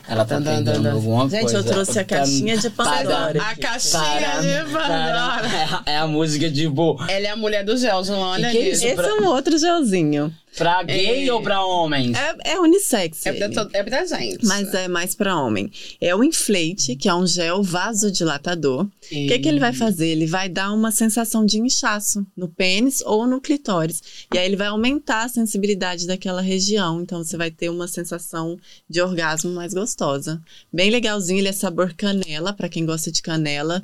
Speaker 2: ela tá
Speaker 1: Dan, dan, dan,
Speaker 2: tentando
Speaker 1: dan.
Speaker 2: alguma
Speaker 3: Gente,
Speaker 1: é,
Speaker 2: coisa.
Speaker 3: eu trouxe a
Speaker 2: Tá-
Speaker 3: caixinha de Pandora.
Speaker 1: A
Speaker 3: aqui.
Speaker 1: caixinha de Pandora.
Speaker 2: Para. É, a- é a música de boa.
Speaker 1: Ela é a mulher do gel, João. Olha
Speaker 2: Que que é
Speaker 1: isso.
Speaker 2: isso?
Speaker 3: Esse é um outro gelzinho.
Speaker 2: Pra gay
Speaker 1: É.
Speaker 2: ou pra homens?
Speaker 3: É, é unissex.
Speaker 1: É pra,
Speaker 3: ele.
Speaker 1: to- é pra gente.
Speaker 3: Mas é mais pra homem. É o inflate, que é um gel vasodilatador. O que, que ele vai fazer? Ele vai dar uma sensação de inchaço no pênis ou no clitóris. E aí ele vai aumentar a sensibilidade daquela região. Então você vai ter uma sensação de orgasmo mais gostosa. Bem legalzinho, ele é sabor canela, pra quem gosta de canela.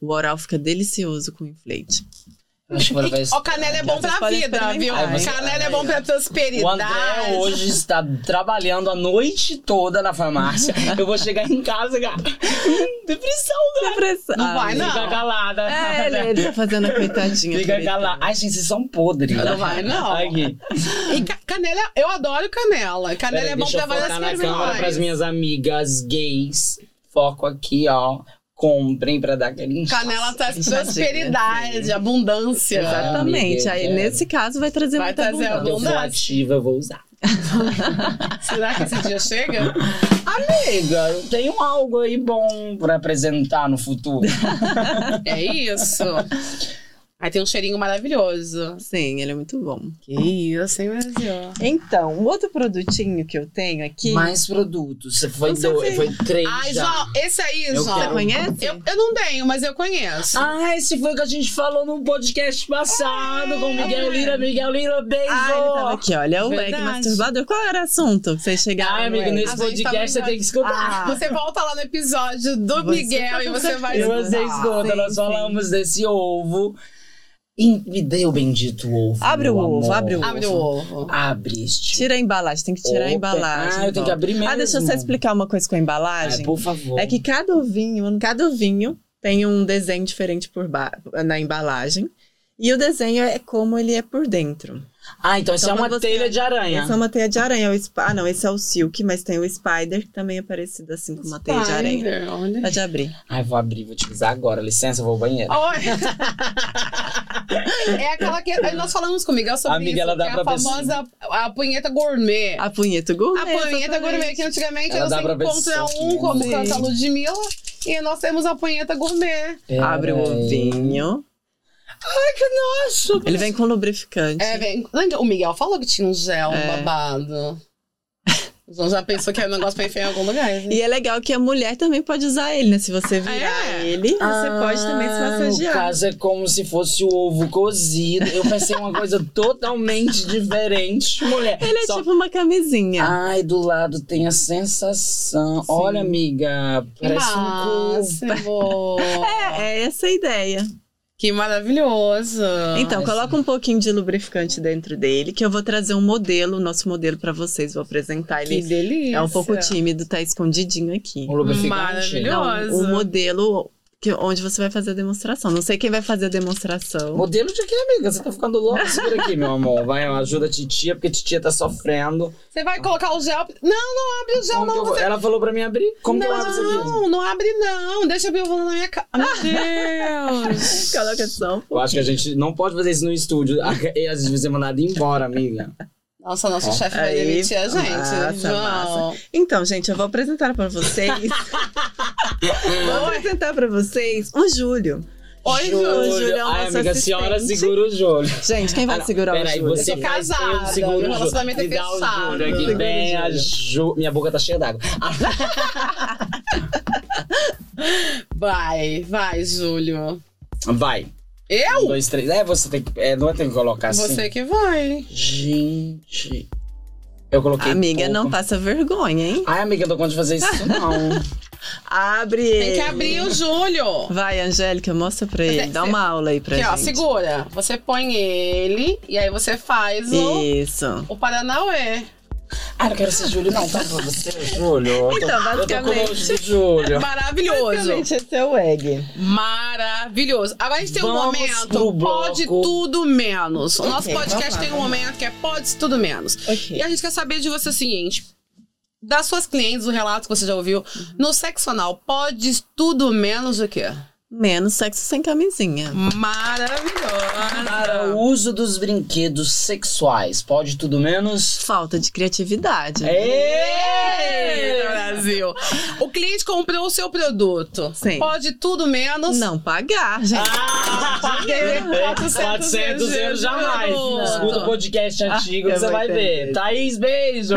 Speaker 3: O oral fica delicioso com inflate.
Speaker 2: Acho que ela vai-
Speaker 1: Ó, canela é bom
Speaker 3: Vocês
Speaker 1: pra
Speaker 3: podem
Speaker 1: vida, viu?
Speaker 3: experimentar.
Speaker 2: Ai,
Speaker 1: Canela é bom
Speaker 2: ai,
Speaker 1: pra
Speaker 2: O André é
Speaker 1: prosperidade.
Speaker 2: hoje está trabalhando a noite toda na farmácia. Eu vou chegar em casa, cara. Hum, Depressão,
Speaker 3: Depressão.
Speaker 1: Não vai, não.
Speaker 2: Fica calada.
Speaker 3: É, ele, ele tá fazendo a coitadinha.
Speaker 2: Fica
Speaker 3: coitado.
Speaker 2: calada. Ai, gente, vocês são podres. né?
Speaker 1: Não vai, não.
Speaker 2: Aqui.
Speaker 1: E ca- canela, eu adoro canela. Canela
Speaker 2: Peraí,
Speaker 1: é bom
Speaker 2: deixa
Speaker 1: pra
Speaker 2: eu
Speaker 1: várias
Speaker 2: focar na câmera pras
Speaker 1: previsões.
Speaker 2: minhas amigas gays. Foco aqui, ó. Comprem pra dar aquele inchaço.
Speaker 1: Canela traz
Speaker 3: Imagina,
Speaker 1: prosperidade, abundância.
Speaker 2: Exato.
Speaker 3: Exatamente.
Speaker 2: Amiga,
Speaker 3: Aí,
Speaker 2: é.
Speaker 3: nesse caso, vai trazer
Speaker 1: Vai
Speaker 3: muita
Speaker 1: trazer
Speaker 2: Eu
Speaker 3: abundância.
Speaker 2: vou
Speaker 1: abundância.
Speaker 2: ativa, eu vou usar.
Speaker 1: Será que esse dia chega?
Speaker 2: Amiga, eu tenho algo aí bom pra apresentar no
Speaker 1: *laughs*
Speaker 2: futuro.
Speaker 1: É isso. Aí tem um cheirinho maravilhoso.
Speaker 3: Sim, ele é muito bom.
Speaker 1: Que isso, hein, Brasil?
Speaker 3: Então, um outro produtinho que eu tenho aqui.
Speaker 2: Mais produtos. Você foi
Speaker 3: Não sei
Speaker 2: dois,
Speaker 3: se-
Speaker 2: foi três
Speaker 1: Ai,
Speaker 2: já.
Speaker 1: João, esse aí,
Speaker 2: Eu
Speaker 1: João.
Speaker 3: Você
Speaker 2: quero.
Speaker 3: conhece?
Speaker 1: Eu, eu não tenho, mas eu conheço.
Speaker 2: Ah, esse foi o que a gente falou no podcast
Speaker 1: É.
Speaker 2: passado com o Miguel Lira. Miguel Lira, beijo!
Speaker 3: Ah, ele tava aqui, olha, o egg
Speaker 1: Verdade.
Speaker 3: masturbador. Qual era o assunto que vocês chegaram?
Speaker 2: Ai, amigo,
Speaker 3: Egg?
Speaker 1: A
Speaker 2: nesse
Speaker 1: gente tá
Speaker 2: podcast você
Speaker 1: brincando.
Speaker 2: tem que escutar.
Speaker 3: Ah,
Speaker 1: Você volta lá no episódio do
Speaker 3: Você
Speaker 1: Miguel
Speaker 3: tá
Speaker 1: e
Speaker 3: com
Speaker 1: você vai
Speaker 2: e
Speaker 3: certeza.
Speaker 1: escutar.
Speaker 2: você escuta,
Speaker 3: sim,
Speaker 2: nós
Speaker 3: sim.
Speaker 2: falamos desse ovo. E me dê o bendito ovo.
Speaker 3: Abre o
Speaker 2: meu
Speaker 3: ovo,
Speaker 2: amor.
Speaker 3: abre o
Speaker 1: Abre o ovo.
Speaker 2: Abre este.
Speaker 3: tira a embalagem, tem que tirar a
Speaker 2: Opa.
Speaker 3: embalagem.
Speaker 2: Ah, eu tenho que
Speaker 3: então.
Speaker 2: abrir mesmo. Ah,
Speaker 3: Ah, deixa eu só explicar uma coisa com a
Speaker 2: Ai,
Speaker 3: embalagem.
Speaker 2: por favor.
Speaker 3: É que cada ovinho, cada ovinho tem um desenho diferente por ba- na embalagem. E o desenho é como ele é por dentro.
Speaker 2: Ah, então isso
Speaker 3: Então,
Speaker 2: é uma
Speaker 3: quando você-
Speaker 2: telha de aranha.
Speaker 3: Essa é uma teia de aranha. O spa... Ah, não, esse é o silk, mas tem o spider, que também é parecido assim com uma teia de aranha.
Speaker 1: Spider, olha.
Speaker 3: Pode abrir.
Speaker 2: Ai, vou abrir, vou utilizar agora. Licença, eu vou ao banheiro.
Speaker 1: Oi. É aquela que aí nós falamos com o Miguel sobre
Speaker 2: Amiga,
Speaker 1: isso,
Speaker 2: ela dá
Speaker 1: que é
Speaker 2: pra
Speaker 1: a famosa a punheta gourmet.
Speaker 3: A punheta gourmet.
Speaker 1: A punheta
Speaker 3: exatamente.
Speaker 1: gourmet, que antigamente
Speaker 2: Ela
Speaker 1: você
Speaker 2: dá pra ver
Speaker 1: encontra
Speaker 2: só que
Speaker 1: um como
Speaker 3: sim.
Speaker 1: canta a Ludmilla e nós temos a punheta gourmet.
Speaker 3: Abre o
Speaker 2: Peraí.
Speaker 3: ovinho.
Speaker 1: Nossa!
Speaker 3: Ele vem com lubrificante.
Speaker 1: É, vem. Lembra- O Miguel falou que tinha um gel babado. João já pensou que é um negócio pra enfiar em algum *laughs* lugar. né?
Speaker 3: E é legal que a mulher também pode usar ele, né? Se você virar
Speaker 1: É.
Speaker 3: ele, você
Speaker 2: Ah,
Speaker 3: pode também se massagear.
Speaker 2: No caso, é como se fosse o ovo cozido. Eu pensei uma coisa totalmente *laughs* diferente, mulher.
Speaker 3: Ele é
Speaker 2: Só-
Speaker 3: tipo uma camisinha.
Speaker 2: Ai, do lado tem a sensação. Olha, amiga, parece um cu.
Speaker 1: *laughs* Máximo.
Speaker 3: É essa a ideia.
Speaker 1: Que maravilhoso.
Speaker 3: Então,
Speaker 2: essa-
Speaker 3: coloca um pouquinho de lubrificante dentro dele, que eu vou trazer um modelo, o nosso modelo pra vocês, vou apresentar
Speaker 1: que
Speaker 3: ele.
Speaker 1: delícia.
Speaker 3: É um pouco tímido, tá escondidinho aqui.
Speaker 2: Um lubrificante.
Speaker 1: Maravilhoso.
Speaker 3: Não, o modelo que, onde você vai fazer a demonstração. Não sei quem vai fazer a demonstração.
Speaker 2: Modelo de quê, amiga? Você tá ficando *laughs* louca? Segura aqui, meu amor. Vai, ajuda a titia, porque a titia tá sofrendo.
Speaker 1: Você vai colocar o gel. Não, não abre o gel,
Speaker 2: Como que
Speaker 1: não.
Speaker 2: eu vou- Ela falou pra mim abrir. Como
Speaker 1: não,
Speaker 2: que eu abro isso aqui?
Speaker 1: não, abre, não. Deixa eu ver o na minha cara. Meu *laughs* Deus.
Speaker 3: *laughs* Coloca só. um
Speaker 2: Eu acho que a gente não pode fazer isso no estúdio. A gente vai ser mandado é embora, amiga.
Speaker 1: Nossa, nosso
Speaker 2: Ó.
Speaker 1: chefe vai
Speaker 3: Aí,
Speaker 1: demitir a gente.
Speaker 3: massa,
Speaker 1: João.
Speaker 3: Então, gente, eu vou apresentar pra
Speaker 2: *laughs*
Speaker 3: vocês. vou apresentar pra vocês o Júlio.
Speaker 1: Oi,
Speaker 3: Júlio.
Speaker 1: Júlio.
Speaker 3: Júlio é o
Speaker 2: Ai,
Speaker 3: nosso
Speaker 2: amiga, a senhora
Speaker 3: assistente.
Speaker 2: segura o Júlio.
Speaker 3: Gente, quem vai
Speaker 2: Ah, não,
Speaker 3: segurar o
Speaker 2: peraí,
Speaker 3: Júlio?
Speaker 2: Você
Speaker 1: Eu sou
Speaker 2: vai, eu
Speaker 1: casada,
Speaker 2: seguro
Speaker 1: meu
Speaker 2: o Júlio.
Speaker 1: relacionamento é
Speaker 2: Me dá o
Speaker 1: fechado.
Speaker 2: Júlio aqui,
Speaker 1: Segura o
Speaker 2: bem, a
Speaker 3: Júlio.
Speaker 2: Ju- Minha boca tá cheia d'água.
Speaker 1: Vai, vai, Júlio.
Speaker 2: Ah, Vai. Um,
Speaker 1: Eu?
Speaker 2: dois, três. É, você tem que. É, não é tem que colocar assim.
Speaker 1: Você que vai.
Speaker 2: Gente. Eu coloquei.
Speaker 3: Amiga,
Speaker 2: um pouco.
Speaker 3: não passa vergonha, hein?
Speaker 2: Ai, amiga, eu tô com de fazer isso,
Speaker 3: *laughs*
Speaker 2: não.
Speaker 3: Abre
Speaker 1: Tem
Speaker 3: ele.
Speaker 1: que abrir o Júlio.
Speaker 3: Vai, Angélica, mostra pra ele. Dá uma aula aí pra
Speaker 1: Aqui, ó,
Speaker 3: gente.
Speaker 1: segura. Você põe ele e aí você faz o,
Speaker 3: Isso.
Speaker 1: o Paranauê.
Speaker 2: ah, não quero esse Júlio, não, tá? bom, Você é o Júlio. Eu tô-
Speaker 3: Então,
Speaker 2: Eu tô com
Speaker 3: basicamente-
Speaker 2: nojo do Júlio.
Speaker 3: *laughs*
Speaker 1: Maravilhoso.
Speaker 3: esse é o egg.
Speaker 1: Maravilhoso. Agora a gente tem um
Speaker 2: Vamos pro
Speaker 1: momento
Speaker 2: bloco.
Speaker 1: pode tudo menos. O nosso
Speaker 3: Ok,
Speaker 1: podcast
Speaker 3: vamos lá,
Speaker 1: tem um
Speaker 3: vamos lá.
Speaker 1: momento que é pode tudo menos.
Speaker 3: Ok.
Speaker 1: E a gente quer saber de você o seguinte. Das suas clientes, o relato que você já ouviu, no sexo anal, pode tudo menos o quê?
Speaker 3: Menos sexo sem camisinha.
Speaker 1: Maravilhoso.
Speaker 2: Para o uso dos brinquedos sexuais, pode tudo menos?
Speaker 3: Falta de criatividade.
Speaker 1: Eita,
Speaker 2: É!
Speaker 1: Brasil. O cliente comprou o seu produto.
Speaker 3: Sim.
Speaker 1: Pode tudo menos.
Speaker 3: Não pagar, gente.
Speaker 2: Ah,
Speaker 1: vezes
Speaker 2: 400 euros jamais.
Speaker 1: junto.
Speaker 2: Escuta o podcast antigo
Speaker 3: Ah,
Speaker 2: que você
Speaker 3: vai
Speaker 2: vai
Speaker 3: ter
Speaker 2: ver.
Speaker 3: mesmo.
Speaker 2: Thaís, beijo!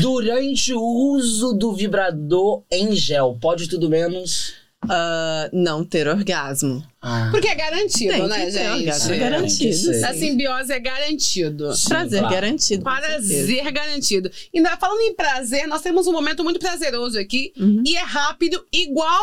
Speaker 2: Durante o uso do vibrador em gel, pode tudo menos?
Speaker 3: Ah, não ter orgasmo.
Speaker 2: Ah,
Speaker 1: *laughs* Porque é garantido,
Speaker 3: Tem
Speaker 1: né,
Speaker 3: que ter
Speaker 1: gente?
Speaker 3: orgasmo, é
Speaker 2: Sim,
Speaker 3: garantido.
Speaker 2: tem que ser.
Speaker 1: A simbiose é garantido.
Speaker 2: sim,
Speaker 3: Prazer
Speaker 2: claro.
Speaker 3: garantido. com certeza.
Speaker 1: Prazer garantido. E ainda falando em prazer, nós temos um momento muito prazeroso aqui.
Speaker 3: Uhum.
Speaker 1: E é rápido, igual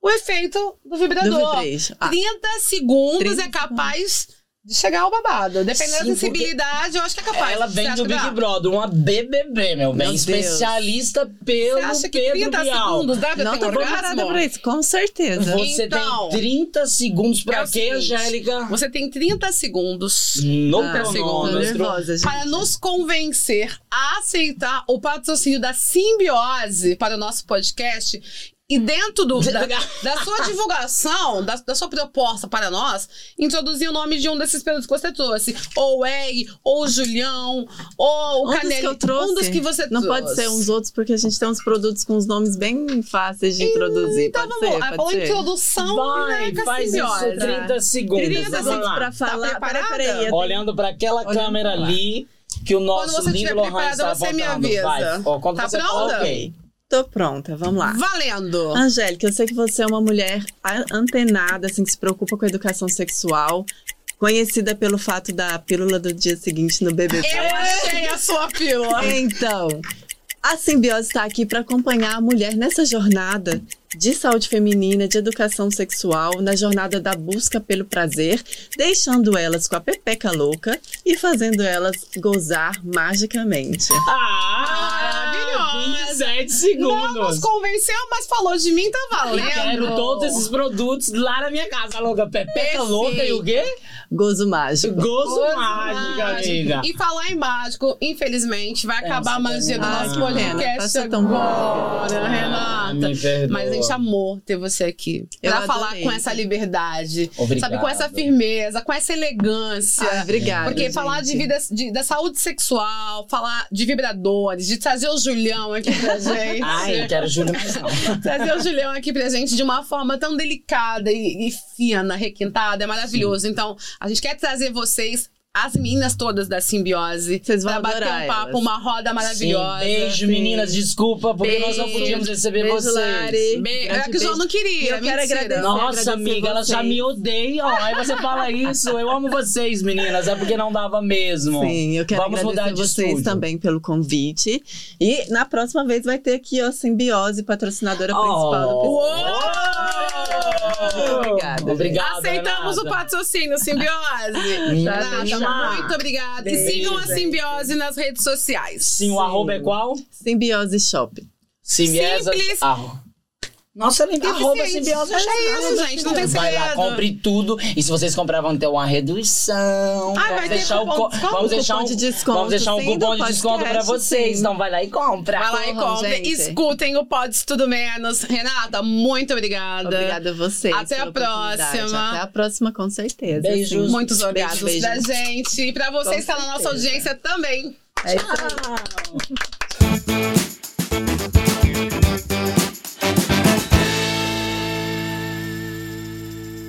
Speaker 1: o efeito do
Speaker 3: Do
Speaker 1: vibrador.
Speaker 3: vibration. Ah,
Speaker 1: 30 segundos
Speaker 3: 30
Speaker 1: é capaz de chegar ao babado. Dependendo da
Speaker 2: Sim, porque-
Speaker 1: sensibilidade, eu acho que é capaz.
Speaker 2: Ela vem
Speaker 1: Você
Speaker 2: do
Speaker 1: acha que
Speaker 2: Big
Speaker 1: dá?
Speaker 2: Brother, uma BBB, meu bem.
Speaker 3: Deus.
Speaker 2: especialista
Speaker 1: Você
Speaker 2: pelo
Speaker 1: acha que
Speaker 2: Pedro
Speaker 1: 30
Speaker 2: Bial.
Speaker 1: segundos dá pra
Speaker 3: não tá
Speaker 1: ter
Speaker 3: tô
Speaker 1: um
Speaker 3: preparada pra
Speaker 1: orgasmo?
Speaker 3: isso, com certeza.
Speaker 2: Você
Speaker 1: Então,
Speaker 2: tem 30 segundos pra
Speaker 1: é o
Speaker 2: quê,
Speaker 1: seguinte,
Speaker 2: Angélica?
Speaker 1: Você tem 30 segundos
Speaker 2: No
Speaker 3: Ah, tô
Speaker 2: cronômetro.
Speaker 3: nervosa, gente.
Speaker 1: para nos convencer a aceitar o patrocínio da simbiose para o nosso podcast. E dentro do, da, da
Speaker 3: *laughs*
Speaker 1: sua divulgação, da, da sua proposta para nós, introduzir o nome de um desses produtos que você trouxe. Ou o Egg, ou o Julião, ou o
Speaker 3: Um dos
Speaker 1: Canelli.
Speaker 3: que eu trouxe.
Speaker 1: Um dos que você
Speaker 3: Não
Speaker 1: trouxe.
Speaker 3: pode ser um uns outros, porque a gente tem uns produtos com os nomes bem fáceis de introduzir.
Speaker 1: Então
Speaker 3: pode
Speaker 1: vamos
Speaker 3: ser,
Speaker 1: lá,
Speaker 3: pode
Speaker 1: falou
Speaker 3: ser.
Speaker 1: introdução
Speaker 2: Vai,
Speaker 1: né, com a
Speaker 2: faz isso
Speaker 1: simbiose.
Speaker 2: 30 segundos.
Speaker 1: 30
Speaker 2: vamos
Speaker 1: segundos
Speaker 2: lá.
Speaker 3: assim, pra falar.
Speaker 1: Tá preparada?
Speaker 3: peraí, eu tenho-
Speaker 2: Olhando pra aquela
Speaker 3: Olhando
Speaker 2: câmera
Speaker 3: pra lá.
Speaker 2: ali que o nosso
Speaker 1: você
Speaker 2: lindo
Speaker 1: estiver
Speaker 2: Lohan
Speaker 1: preparada,
Speaker 2: está
Speaker 1: você me
Speaker 2: apontando.
Speaker 1: avisa.
Speaker 2: Vai. Ó, quando
Speaker 1: Tá
Speaker 2: você
Speaker 1: pronta?
Speaker 2: Ok.
Speaker 3: Tô pronta, vamos lá.
Speaker 1: Valendo!
Speaker 3: Angélica, eu sei que você é uma mulher a- antenada, assim, que se preocupa com a educação sexual, conhecida pelo fato da pílula do dia seguinte no BBB.
Speaker 1: Eu achei a sua pílula.
Speaker 3: Então, a Simbiose está aqui para acompanhar a mulher nessa jornada de saúde feminina, de educação sexual, na jornada da busca pelo prazer, deixando elas com a pepeca louca e fazendo elas gozar magicamente.
Speaker 2: Ah,
Speaker 1: Maravilhosa.
Speaker 2: 27
Speaker 1: Não nos
Speaker 2: segundos.
Speaker 1: convenceu, mas falou de mim, tá
Speaker 2: Eu
Speaker 1: valendo.
Speaker 2: quero todos esses produtos lá na minha casa, louca. Pepeca
Speaker 1: Perfeito.
Speaker 2: louca e o quê?
Speaker 3: Gozo mágico.
Speaker 2: Gozo
Speaker 1: Gozo
Speaker 2: mágico,
Speaker 1: mágico.
Speaker 2: amiga.
Speaker 1: E falar em mágico, infelizmente, vai
Speaker 2: É,
Speaker 1: acabar a
Speaker 2: você
Speaker 1: magia do
Speaker 2: também.
Speaker 1: nosso
Speaker 2: Ah,
Speaker 1: podcast
Speaker 3: passa tão bom.
Speaker 1: agora, né, Renata.
Speaker 2: me perdoa.
Speaker 1: Mas a gente tá amou ter você aqui.
Speaker 3: Eu
Speaker 1: pra
Speaker 3: adorei.
Speaker 1: falar com essa liberdade.
Speaker 2: Obrigado.
Speaker 1: Sabe, com essa firmeza, com essa elegância.
Speaker 3: Ah, obrigada.
Speaker 1: Porque falar de
Speaker 3: gente.
Speaker 2: é
Speaker 1: vida, de- da saúde sexual, falar de vibradores, de trazer o Julião aqui
Speaker 2: *laughs*
Speaker 1: pra gente.
Speaker 2: Ai, quero Júlio
Speaker 1: *laughs*
Speaker 2: mais não.
Speaker 1: Trazer o Julião aqui pra gente de uma forma tão delicada e, e fina, requintada, é maravilhoso. Então, a gente quer trazer vocês as meninas todas da Simbiose.
Speaker 3: Vocês vão
Speaker 1: Pra bater
Speaker 3: adorar
Speaker 1: um papo,
Speaker 3: elas.
Speaker 1: uma roda maravilhosa.
Speaker 2: Sim, beijo,
Speaker 3: sim.
Speaker 2: meninas. Desculpa, porque nós não
Speaker 1: Beijo.
Speaker 2: podíamos receber
Speaker 3: Beijo,
Speaker 2: vocês.
Speaker 3: Lari.
Speaker 1: Be-
Speaker 3: Grande
Speaker 1: é que o João
Speaker 3: beijo.
Speaker 1: não
Speaker 3: E
Speaker 1: queria,
Speaker 3: eu quero
Speaker 1: mentira.
Speaker 3: agradecer. agradecer
Speaker 2: Nossa, amiga, elas já
Speaker 3: vocês.
Speaker 2: me odeiam. Aí você fala isso. Eu amo vocês, meninas. É porque não dava mesmo.
Speaker 3: Sim, eu quero
Speaker 2: Vamos mudar de
Speaker 3: agradecer vocês
Speaker 2: estúdio.
Speaker 3: também pelo convite. E na próxima vez vai ter aqui, ó, Simbiose, patrocinadora principal do
Speaker 2: Oh.
Speaker 1: Uou!
Speaker 3: Obrigada,
Speaker 2: Obrigada.
Speaker 1: Aceitamos
Speaker 2: Renata.
Speaker 1: o patrocínio, Simbiose.
Speaker 2: Hum.
Speaker 1: Renata, muito obrigada. E
Speaker 3: Beijo,
Speaker 1: sigam a
Speaker 3: gente.
Speaker 1: Simbiose nas redes sociais.
Speaker 2: Sim, o arroba é qual?
Speaker 3: Simbiose Shop.
Speaker 2: Simbiosas-
Speaker 1: Simples.
Speaker 2: Arro- Ah. Nossa, lembrei. Arroba
Speaker 1: Eficiente.
Speaker 2: simbiose. né?
Speaker 1: É isso, gente, não tem
Speaker 2: Vai lá,
Speaker 1: segredo.
Speaker 2: compre tudo. E se vocês comprar, vão ter uma redução.
Speaker 1: Ah, vai
Speaker 2: Vamos
Speaker 1: ter
Speaker 2: deixar o
Speaker 1: cupom
Speaker 2: co-
Speaker 1: de desconto?
Speaker 2: Vamos deixar um Vamos
Speaker 3: Cupom de desconto,
Speaker 2: deixar um
Speaker 3: sim,
Speaker 2: cupom de
Speaker 3: do
Speaker 2: desconto pra
Speaker 3: podcast,
Speaker 2: vocês.
Speaker 3: sim.
Speaker 2: Então vai lá e compra.
Speaker 1: Vai lá e
Speaker 3: Corram,
Speaker 1: compra.
Speaker 3: gente.
Speaker 1: Escutem o Pods Tudo Menos. Renata, muito obrigada.
Speaker 3: Obrigada a vocês.
Speaker 1: Até
Speaker 3: pela
Speaker 1: a próxima.
Speaker 3: oportunidade. Até a próxima, com certeza.
Speaker 2: Beijos.
Speaker 3: sim.
Speaker 1: Muitos olhados
Speaker 3: Beijo, beijo.
Speaker 1: da gente. E pra você tá
Speaker 3: Com
Speaker 1: que está na nossa
Speaker 3: certeza.
Speaker 1: audiência também.
Speaker 3: É isso aí.